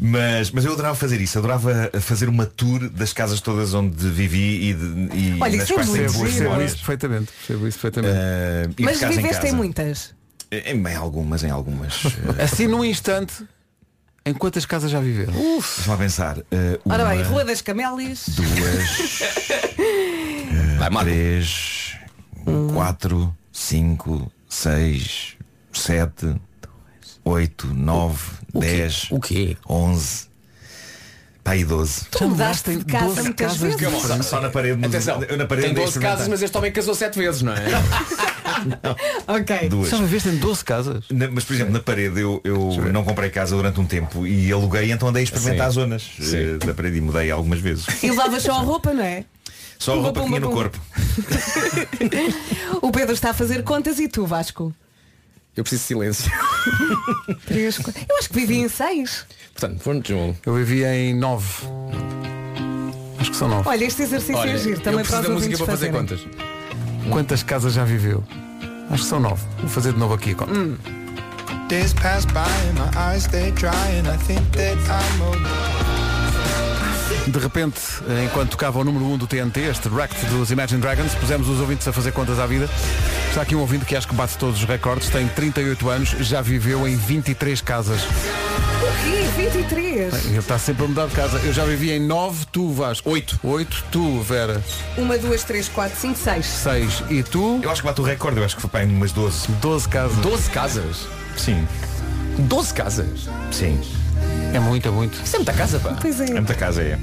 S4: Mas, mas eu adorava fazer isso, adorava eh, fazer uma tour das casas todas onde vivi e, de, e
S3: Olha,
S4: nas
S3: isso é
S4: quais tenho
S3: muito
S4: boas
S3: giro.
S4: memórias.
S1: perfeitamente. Percebo isso perfeitamente.
S4: Eh, e
S3: Mas
S4: de casa em
S3: viveste
S4: casa.
S3: em muitas.
S4: Em, em algumas, em algumas. Eh,
S1: Assim num instante, em quantas casas já viveram?
S4: Deixa lá pensar. Eh, uma,
S3: Ora
S8: é?
S3: bem, Rua das Camélias.
S8: *laughs*
S4: duas, eh, três, Um. quatro, cinco, seis, sete, oito, nove, dez, o quê? onze, pá, e doze.
S3: Tu mudaste de casa muitas vezes.
S4: Só, só na parede. mas
S9: Atenção,
S4: eu na parede
S9: tem
S4: andei a
S9: 12 casas,
S4: experimentar.
S9: mas este homem casou 7 vezes, não é?
S3: *laughs* ok.
S4: Duas.
S1: Só uma vez tem 12 casas.
S4: Na- mas por exemplo, na parede eu, eu não comprei casa durante um tempo e aluguei, então andei a experimentar
S9: Sim.
S4: as zonas eh, da parede e mudei algumas vezes.
S3: E levavas só a roupa, não é?
S4: Só a
S3: Pumba,
S4: roupa que
S3: pumba,
S4: tinha no
S3: pumba.
S4: corpo.
S3: O Pedro está a fazer contas e tu, Vasco?
S9: Eu preciso de silêncio. *laughs*
S3: Três, quatro- Eu acho que vivi em seis.
S9: Portanto, Forno de João.
S1: Eu vivi em 9. Acho que são 9.
S3: Olha, este exercício é giro. Também
S9: eu preciso
S3: para os
S9: da música
S3: ouvintes
S9: para fazer
S3: fazerem.
S9: contas.
S1: Quantas casas já viveu? Acho que são 9. Vou fazer de novo aqui a conta.
S2: Days pass by and my eyes stay dry and I think that I'm
S1: De repente, enquanto tocava o número 1 um do TNT, este Wrecked dos Imagine Dragons, pusemos os ouvintes a fazer contas à vida. Está aqui um ouvinte que acho que bate todos os recordes, tem 38 anos, já viveu em 23 casas.
S3: O quê? 23?
S1: Ele está sempre a mudar de casa. Eu já vivi em 9, tu Vasco. 8. 8, tu Vera.
S3: Uma, duas, três, quatro, cinco, seis.
S1: 6. E tu?
S4: Eu acho que bate o recorde, eu acho que foi para aí umas 12.
S1: 12 casas.
S9: 12 casas?
S4: Sim.
S9: 12 casas?
S4: Sim.
S1: É muito, é muito.
S9: Isso é muita casa, pá.
S3: Pois
S4: É muita casa, é.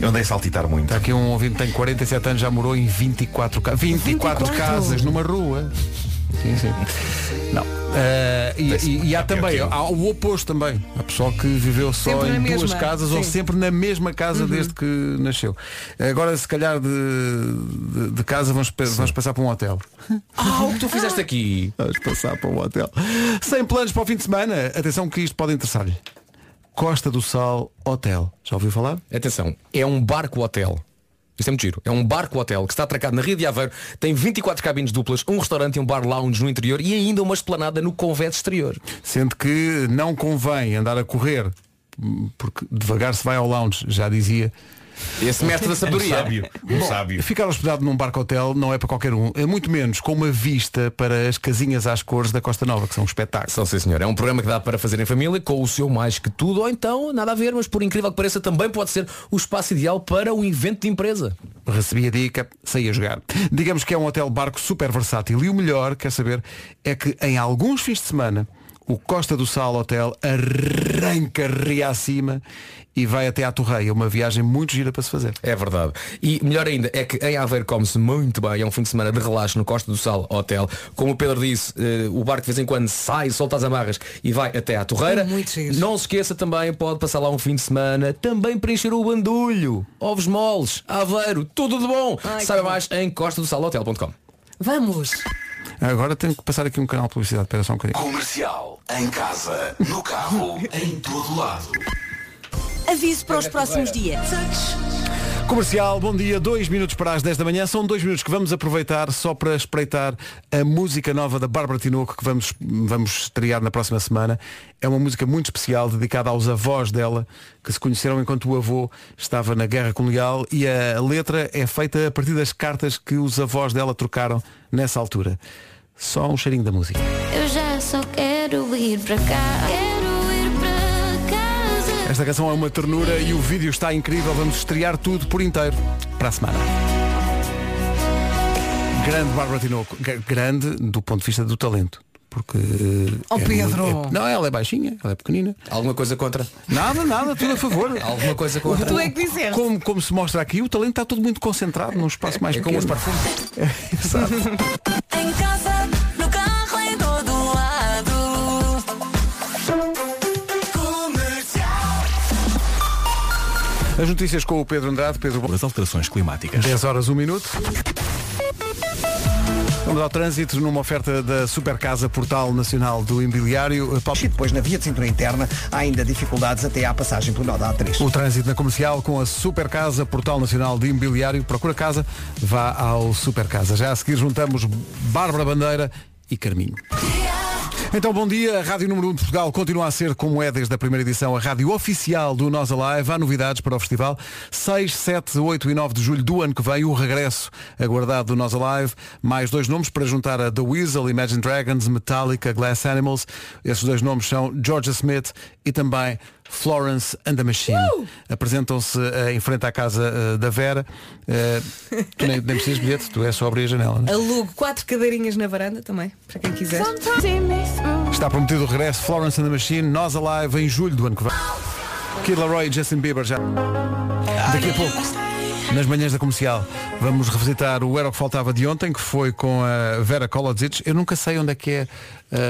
S4: Eu andei a saltitar muito.
S1: Está aqui um ouvinte que tem 47 anos, já morou em 24, ca- 24,
S4: 24?
S1: casas numa rua. Sim, sim. Não. Eh, e, e- e há também, há o oposto também. Há pessoal que viveu só
S4: Sempre na
S1: em duas
S4: mesma,
S1: casas ou
S4: sim. Uhum.
S1: sempre na mesma casa desde que nasceu. Agora, se calhar de, de- de casa, vamos, pa- vamos passar para um hotel.
S9: Ah, o que tu fizeste aqui?
S1: Vamos passar para um hotel. Sem planos para o fim de semana. Atenção que isto pode interessar-lhe. Costa do Sal Hotel. Já ouviu falar?
S9: Atenção, é um barco-hotel. Isto é muito giro. É um barco-hotel que está atracado na Ria de Aveiro, tem 24 cabines duplas, um restaurante e um bar lounge no interior e ainda uma esplanada no convés exterior.
S1: Sendo que não convém andar a correr, hum, porque devagar se vai ao lounge, já dizia.
S9: Esse mestre da sabedoria. Um sábio, um
S1: Bom,
S9: sábio.
S1: Ficar hospedado num barco hotel não é para qualquer um, é muito menos com uma vista para as casinhas às cores da Costa Nova, que são um espetáculo.
S9: São sim senhor, é um programa que dá para fazer em família com o seu mais que tudo, ou então, nada a ver, mas por incrível que pareça, também pode ser o espaço ideal para um evento de empresa.
S1: Recebi a dica, saí a jogar. Digamos que é um hotel barco super versátil e o melhor, quer saber, é que em alguns fins de semana o Costa do Sal Hotel arranca ria acima e vai até à Torreia. Uma viagem muito gira para se fazer.
S9: É verdade. E melhor ainda, é que em Aveiro come-se muito bem. É um fim de semana de relaxo no Costa do Sal Hotel. Como o Pedro disse, eh, o barco de vez em quando sai, solta as amarras e vai até à
S14: É
S9: Torreira. Não se esqueça também, pode passar lá um fim de semana. Também preencher o bandulho. Ovos moles, Aveiro, tudo de bom.
S14: Ai,
S9: Saiba
S14: que
S9: mais em costadosalhotel.com.
S14: Vamos!
S1: Agora tenho que passar aqui um canal de publicidade. Espera só um bocadinho.
S15: Comercial. Em casa, no carro, em todo lado.
S11: Aviso para os próximos dias.
S1: Comercial, bom dia, dois minutos para as 10 da manhã. São dois minutos que vamos aproveitar só para espreitar a música nova da Bárbara Tinoco que vamos, vamos estrear na próxima semana. É uma música muito especial dedicada aos avós dela que se conheceram enquanto o avô estava na guerra colonial e a letra é feita a partir das cartas que os avós dela trocaram nessa altura. Só um cheirinho da música.
S16: Eu já só quero ir para cá. Quero ir para casa.
S1: Esta canção é uma ternura e o vídeo está incrível. Vamos estrear tudo por inteiro para a semana. Grande Bárbara Tinoco. G- Grande do ponto de vista do talento. Porque.
S14: Oh, Pedro.
S1: muito- é- não, ela é baixinha, ela é pequenina.
S9: Alguma coisa contra?
S1: Nada,
S14: é
S1: nada, tudo a *laughs* favor.
S9: Alguma coisa
S14: *laughs*
S9: contra?
S14: Tu é que disseste.
S1: Como, como se mostra aqui, o talento está tudo muito concentrado num espaço mais
S9: é como
S1: pequeno. *laughs*
S9: os
S1: Exato.
S11: Em casa, no carro, em todo lado. Comercial.
S1: As notícias com o Pedro Andrade. Pedro,
S8: As alterações climáticas.
S1: 10 horas, 1 minuto. Vamos ao trânsito numa oferta da Supercasa Portal Nacional do Imobiliário. Eh,
S4: E depois na via de cintura interna há ainda dificuldades até à passagem pelo Noda A3.
S1: O trânsito na comercial com a Supercasa, Portal Nacional de Imobiliário. Procura casa, vá ao Supercasa. Já a seguir juntamos Bárbara Bandeira e Carminho. Então, bom dia. A Rádio Número 1 de Portugal continua a ser, como é desde a primeira edição, a rádio oficial do Nós Alive. Há novidades para o festival. 6, 7, 8 e 9 de julho do ano que vem, o regresso aguardado do Nós Alive. Mais dois nomes para juntar a The Weasel, Imagine Dragons, Metallica, Glass Animals. Esses dois nomes são Georgia Smith e também Florence and the Machine. Apresentam-se eh, em frente à casa eh, da Vera. Eh, tu nem, nem precisas de bilhete, tu é só abrir a janela. Né?
S14: Alugo quatro cadeirinhas na varanda também, para quem quiser.
S1: Está prometido o regresso Florence and the Machine, nós alive em julho do ano que vem. Kid Laroi e Justin Bieber já. Daqui a pouco, nas manhãs da comercial, vamos revisitar o Era o que Faltava de ontem, que foi com a Vera Kolodzic. Eu nunca sei onde é que é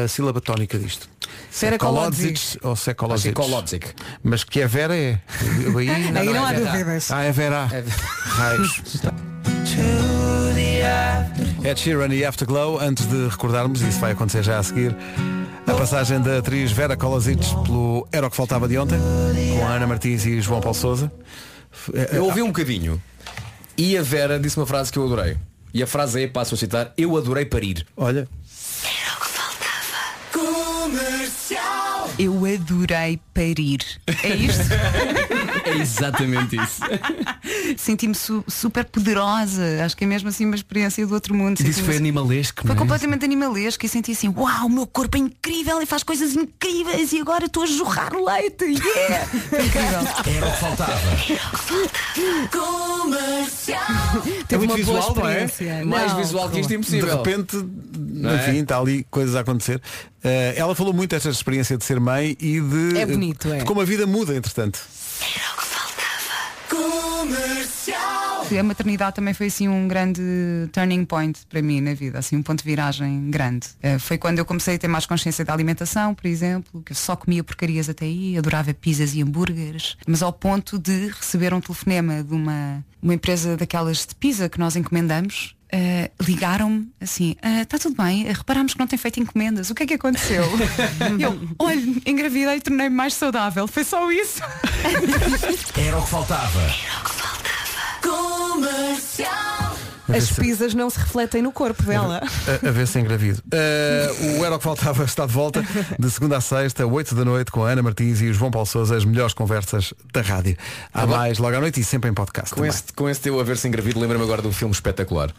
S1: a sílaba tónica disto. Se é
S14: Vera Kolodzic.
S1: ou se é
S9: Acho
S1: Kolodzic.
S9: que é Kolodzic.
S1: Mas que é Vera é. Eu- eu Aí,
S9: Aí não há
S1: é Vera.
S9: dúvidas.
S1: Ah, é Vera. Raios. Ed Sheeran e Afterglow, antes de recordarmos, isso vai acontecer já a seguir, a passagem da atriz Vera Kolozic pelo Era o que Faltava de Ontem, com a Ana Martins e João Paulo Souza.
S9: Eu ouvi um bocadinho e a Vera disse uma frase que eu adorei. E a frase é, passo a citar, eu adorei parir.
S1: Olha.
S11: Comercial.
S3: Eu adorei parir. É isto?
S9: É exatamente isso.
S3: *laughs* Senti-me su- super poderosa. Acho que é mesmo assim uma experiência do outro mundo.
S17: Disse que foi
S3: Senti-me- assim-
S17: animalesco.
S3: Foi
S17: não é?
S3: completamente animalesco e senti assim, uau, o meu corpo é incrível e faz coisas incríveis e agora estou a jorrar leite. Yeah! Foi incrível.
S17: Era o que faltava.
S11: Comercial.
S14: Teve
S1: muito
S14: uma boa
S1: visual, não é?
S14: experiência. Mais Não, visual que isto é impossível.
S1: De repente,
S14: é?
S1: enfim, está ali coisas a acontecer. Eh, ela falou muito desta experiência de ser mãe e de,
S11: É bonito, é.
S1: de como a vida muda, entretanto.
S11: Comercial.
S3: A maternidade também foi assim um grande turning point para mim na vida, assim um ponto de viragem grande. Eh, Foi quando eu comecei a ter mais consciência da alimentação, por exemplo, que eu só comia porcarias até aí, adorava pizzas e hambúrgueres, mas ao ponto de receber um telefonema de uma, uma empresa daquelas de pizza que nós encomendamos. eh, ligaram-me assim, está tudo bem, eh, reparámos que não tem feito encomendas, o que é que aconteceu? E eu, olha, engravidei e tornei-me mais saudável, foi só isso.
S17: *laughs* Era o que faltava.
S11: Comercial.
S14: As pizzas não se refletem no corpo dela.
S1: A, a ver se engravido. Eh, o Era o que Faltava está de volta de segunda a sexta, 8 da noite, com a Ana Martins e o João Paulo Souza, as melhores conversas da rádio.
S3: Tá
S1: Há mais logo à noite e sempre em podcast.
S9: Com
S1: também.
S9: esse, com esse teu haver-se engravido, lembra-me agora de um filme espetacular.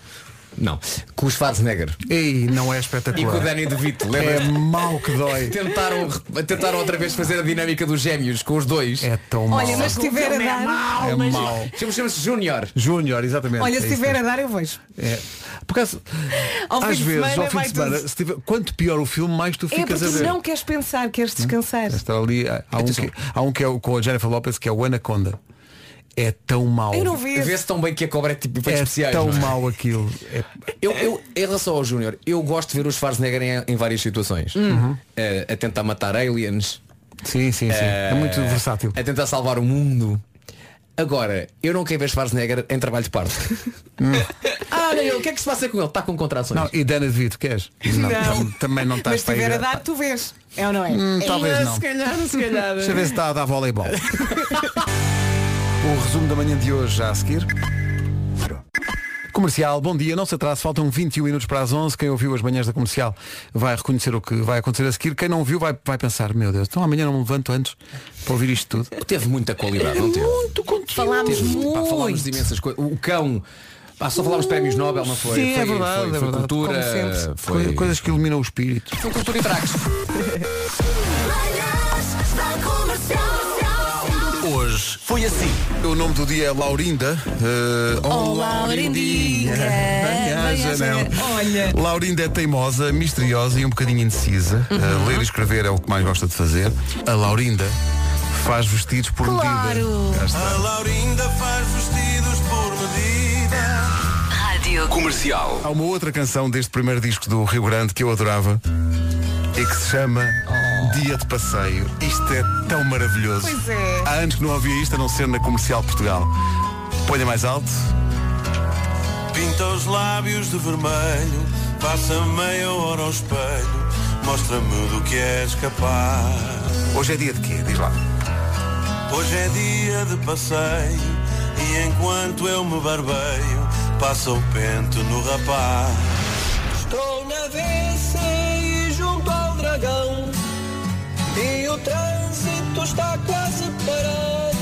S9: Não. Com o Schwarzenegger.
S1: E não é espetacular.
S9: E com o Danny DeVito,
S1: É
S9: lembra?
S1: mau que dói.
S9: Tentaram, tentaram outra vez fazer a dinâmica dos gêmeos com os dois.
S1: É tão mau.
S3: Olha, mas se tiver a dar.
S1: É mau.
S9: Chama-se Júnior.
S1: Júnior, exatamente.
S3: Olha,
S1: É
S3: se
S1: isso
S3: tiver a dar, eu vejo.
S1: É. Por acaso,
S3: Ao fim
S1: às
S3: de
S1: vezes,
S3: semana
S1: ao fim
S3: vai
S1: de semana,
S3: tudo.
S1: se tiver- quanto pior o filme, mais tu
S3: É
S1: ficas
S3: porque
S1: a ver.
S3: não queres pensar, queres descansar.
S1: Está ali, há, há um que, há um que é o- com a Jennifer Lopez, que é o Anaconda. É tão mau.
S9: Eu não vi esse. Vê-se tão bem que a cobra é tipo efeitos
S1: É
S9: especiais,
S1: tão
S9: não é?
S1: mau aquilo. É-
S9: Eu, eu, em relação ao Júnior, eu gosto de ver o Schwarzenegger em, em várias situações.
S1: Uhum.
S9: Eh, a tentar matar aliens. eh,
S1: Sim, sim, sim. É muito versátil.
S9: A tentar salvar o mundo. Agora, eu não quero ver Schwarzenegger em trabalho de parto. *laughs* ah, não, eu- o que é que se passa com ele? Está com contrações.
S1: Hum. Não, e Dana DeVito, queres? tam- também não estás
S3: Mas se
S1: para ir
S3: tiver a
S1: ver.
S3: dar, tu vês. É ou não é?
S1: Hum, talvez
S3: Eh,
S1: não.
S3: Se calhar, se *laughs* calhar.
S1: Deixa eu ver se está a dar
S9: *laughs*
S1: voleibol. o resumo da manhã de hoje já a seguir. Comercial, bom dia, não se atrase, faltam 21 minutos para as 11. Quem ouviu as manhãs da comercial vai reconhecer o que vai acontecer a seguir. Quem não viu vai, vai pensar, meu Deus, então amanhã não me levanto antes para ouvir isto tudo.
S9: Teve muita qualidade, não teve?
S1: Muito conteúdo.
S9: Falámos muito. Pá, falámos de imensas coisas. O cão. Pá, só falámos de prémios Nobel, não foi?
S1: Sim,
S9: foi,
S1: é verdade,
S9: foi,
S1: é
S9: foi
S1: verdade.
S9: cultura.
S1: Como sempre.
S9: Foi...
S1: Co- Coisas que iluminam o espírito.
S9: Foi cultura e tracos.
S1: Hoje foi assim. O nome do dia é Laurinda. Eh, oh,
S3: Oh, Laurindinha.
S1: Laurindinha.
S3: Venha,
S1: não.
S3: Olha.
S1: Laurinda é teimosa, misteriosa e um bocadinho indecisa.
S3: Uhum.
S1: Eh, ler e escrever é o que mais gosta de fazer. A Laurinda faz vestidos por medida. Cá está.
S6: A Laurinda faz vestidos por medida.
S11: Rádio
S1: Comercial. Há uma outra canção deste primeiro disco do Rio Grande que eu adorava e que se chama Dia de Passeio. Isto é tão maravilhoso.
S3: Oh. Pois é.
S1: Há anos que não ouvia isto a não ser na Comercial Portugal. Ponha mais alto.
S6: Pinta os lábios de vermelho, passa meia hora ao espelho, mostra-me do que és capaz.
S1: Hoje é dia de quê? Diz lá.
S6: Hoje é dia de passeio e enquanto eu me barbeio, passa o pente no rapaz.
S18: Estou na VC junto ao dragão E o trânsito está quase parado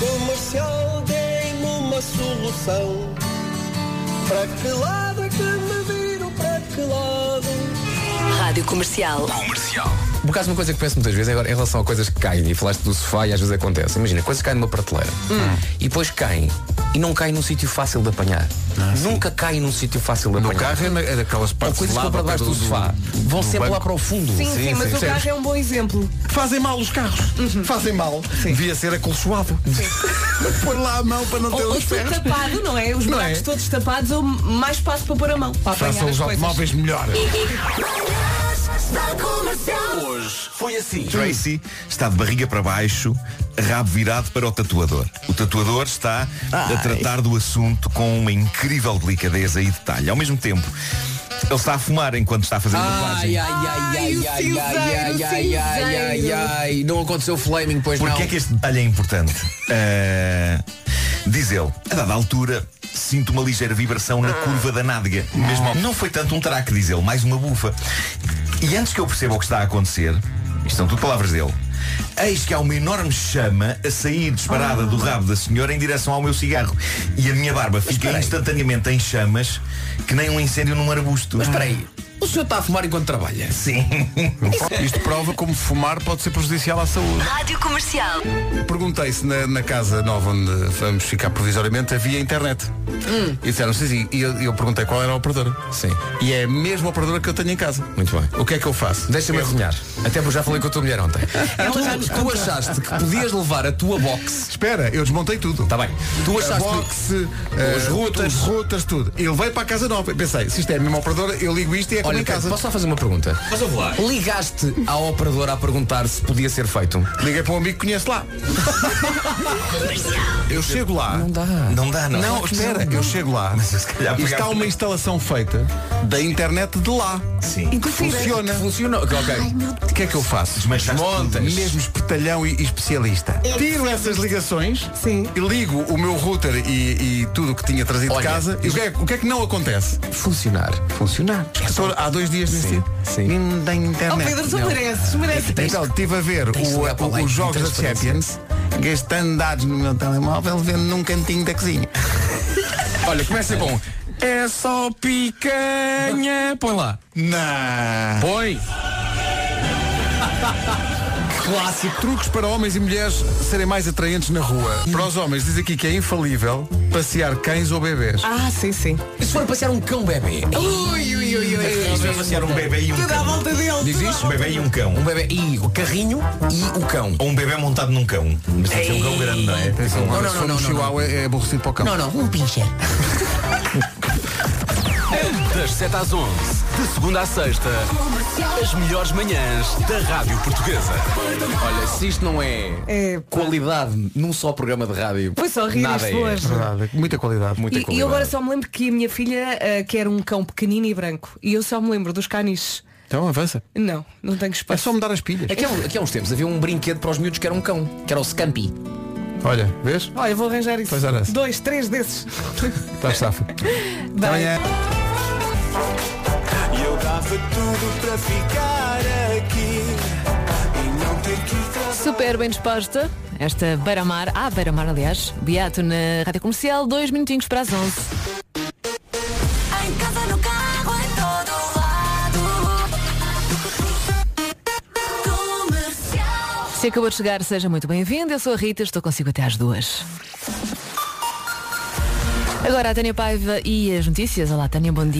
S18: Comercial dei-me uma solução Para que lado é que me viro, para que lado
S11: Rádio Comercial. Comercial.
S9: Por acaso, uma coisa que penso muitas vezes é agora, em relação a coisas que caem, e falaste do sofá e às vezes acontece. Imagina, coisas que caem numa prateleira e depois caem e não caem num sítio fácil de apanhar. Nunca caem num sítio fácil de
S1: No
S9: apanhar.
S1: carro é na- é daquelas partes
S9: Ou
S1: de
S9: coisas que vão
S1: lado
S9: para baixo
S1: do-
S9: do
S1: do-
S9: sofá vão
S1: do
S9: sempre lá
S1: banco.
S9: para o fundo.
S3: Sim, sim, mas o
S1: percebes?
S3: carro Uhum. é um bom exemplo.
S1: Fazem mal os carros. Fazem mal. Devia ser acolchoado. *laughs* Pôr lá a mão para não ter
S3: Ou, ou
S1: os
S3: tudo
S1: ferros.
S3: tapado, não é? um Os
S1: Não
S3: buracos
S1: é?
S3: todos tapados ou mais espaço para pôr a mão. Para apanhar
S1: Façam
S3: as
S1: os
S3: coisas.
S1: automóveis melhor.
S5: Hoje foi assim.
S8: Tracy está de barriga para baixo, rabo virado para o tatuador. O tatuador está a tratar do assunto com uma incrível delicadeza e detalhe. Ao mesmo tempo, ele está a fumar enquanto está a fazer a tatuagem.
S9: Ai, ai, ai, ai,
S18: o
S9: ai, ai, ai,
S18: cinzeiro,
S9: ai, ai, ai,
S18: cinzeiro.
S9: ai, não aconteceu flaming, pois
S8: Porquê
S9: não.
S8: é que este detalhe é importante? *laughs* Eh, diz ele, a dada altura sinto uma ligeira vibração na curva da nádega. Mesmo ao- não foi tanto um traque, diz ele, mais uma bufa. E antes que eu perceba o que está a acontecer, isto são tudo palavras dele, eis que há uma enorme chama a sair disparada do rabo da senhora em direção ao meu cigarro. E a minha barba fica instantaneamente em chamas que nem um incêndio num arbusto. Mas
S9: espera aí, o senhor está a fumar enquanto trabalha?
S8: *laughs* Sim.
S1: Isto prova como fumar pode ser prejudicial à saúde.
S11: Rádio Comercial.
S1: Perguntei se na, na casa nova onde vamos ficar provisoriamente havia internet.
S11: Hum.
S1: E disseram, sim, sim. E eu, eu perguntei qual era a operadora.
S9: Sim.
S1: E é a mesma operadora que eu tenho em casa.
S9: Muito bem.
S1: O que é que eu faço?
S9: Deixa-me arrumar. Até porque já falei com a tua mulher ontem.
S1: *laughs*
S9: tu, tu achaste que podias levar a tua box.
S1: Espera, eu desmontei tudo.
S9: Está Tá bem. Tu
S1: a
S9: achaste
S1: box,
S9: As
S1: eh,
S9: rutas.
S1: as rutas, tudo. Ele veio para a casa nova. Eu Pensei, se isto é a mesma operadora, eu ligo isto e é como
S9: Olha,
S1: em casa.
S9: posso só fazer uma pergunta?
S1: Mas eu vou lá.
S9: Ligaste à operadora a perguntar se podia ser feito.
S1: Liguei para um amigo que conhece lá. Eu chego lá. Não
S9: dá.
S8: Não dá, não.
S1: Não, espera, eu chego lá.
S8: Mas eu se calhar
S1: E está
S8: pegava-
S1: uma instalação feita da internet de lá.
S8: Sim.
S1: Funciona.
S9: Funciona. Ok.
S1: O que é que eu faço?
S8: Desmanchaste
S1: Montas.
S8: tudo.
S1: Mesmo espetalhão e, e especialista. Tiro essas ligações e ligo o meu router e, e tudo o que tinha trazido de
S9: Olha,
S1: casa. E o que, é, o que é que não acontece?
S9: Funcionar.
S1: Funcionar. Estou há dois dias nesse dia.
S9: Sim.
S1: Hum, Da
S3: Oh
S1: internet.
S3: Pedro, tu
S9: Não.
S3: mereces, mereces.
S1: Então, estive a ver
S9: Tens de
S1: o-
S9: olhar para
S1: o-
S9: lá e
S1: os jogos da
S9: tens transparência.
S1: Champions, *laughs* gastando dados no meu telemóvel, vendo num cantinho da cozinha.
S9: Olha, começa com
S19: É só picanha. Põe lá.
S1: Não. *laughs*
S19: Põe.
S1: Clássico. Truques para homens e mulheres serem mais atraentes na rua. Para os homens, diz aqui que é infalível passear cães ou bebês.
S20: Ah, sim, sim.
S19: Se for passear um cão bebê. Ui, ui, ui, ui.
S21: Isto é passear um bebê e um
S19: Tudo à
S21: cão.
S19: volta dele.
S21: Diz
S19: tudo à
S21: isso? Um
S19: volta
S21: bebê e um cão.
S19: Um bebê e o carrinho e o cão.
S21: Ou um bebê montado num cão. Mas tem que ser um cão grande, não é?
S1: Atenção,
S19: Não, não,
S1: se
S19: não,
S1: for
S19: não,
S1: um
S19: não,
S1: chihuahua é é aborrecido para o cão.
S19: Não, não, um pincher.
S8: Das 7 às 11, de segunda à sexta, as melhores manhãs da Rádio Portuguesa.
S9: Olha, se isto não é, qualidade num só programa de rádio.
S20: Foi só rir
S9: nada
S20: isto
S9: é.
S20: hoje.
S1: Verdade, muita qualidade.
S9: Muita
S20: E, e
S9: qualidade.
S20: eu agora só me lembro que a minha filha ah, quer um cão pequenino e branco. E eu só me lembro dos caniches.
S1: Então avança.
S20: Não, não tenho espaço.
S1: É só mudar as pilhas.
S9: Aqui há, aqui há uns tempos havia um brinquedo para os miúdos que era um cão, que era o Scampi.
S1: Olha, vês?
S9: É
S20: Olha, vou arranjar isso.
S1: Pois era
S9: assim.
S1: esse.
S20: Dois, três desses.
S1: Estás safa.
S20: Bem.
S8: E eu dava tudo para ficar aqui e não ter que
S3: Super bem disposta. Esta beira-mar, ah, beira-mar, aliás, Beato na Rádio Comercial, dois minutinhos para as 11.
S11: Em casa, no carro, em todo lado. Comercial.
S3: Se acabou de chegar, seja muito bem-vindo. Eu sou a Rita, estou consigo até às duas. Agora a Tânia Paiva e as notícias. Olá, Tânia, bom dia.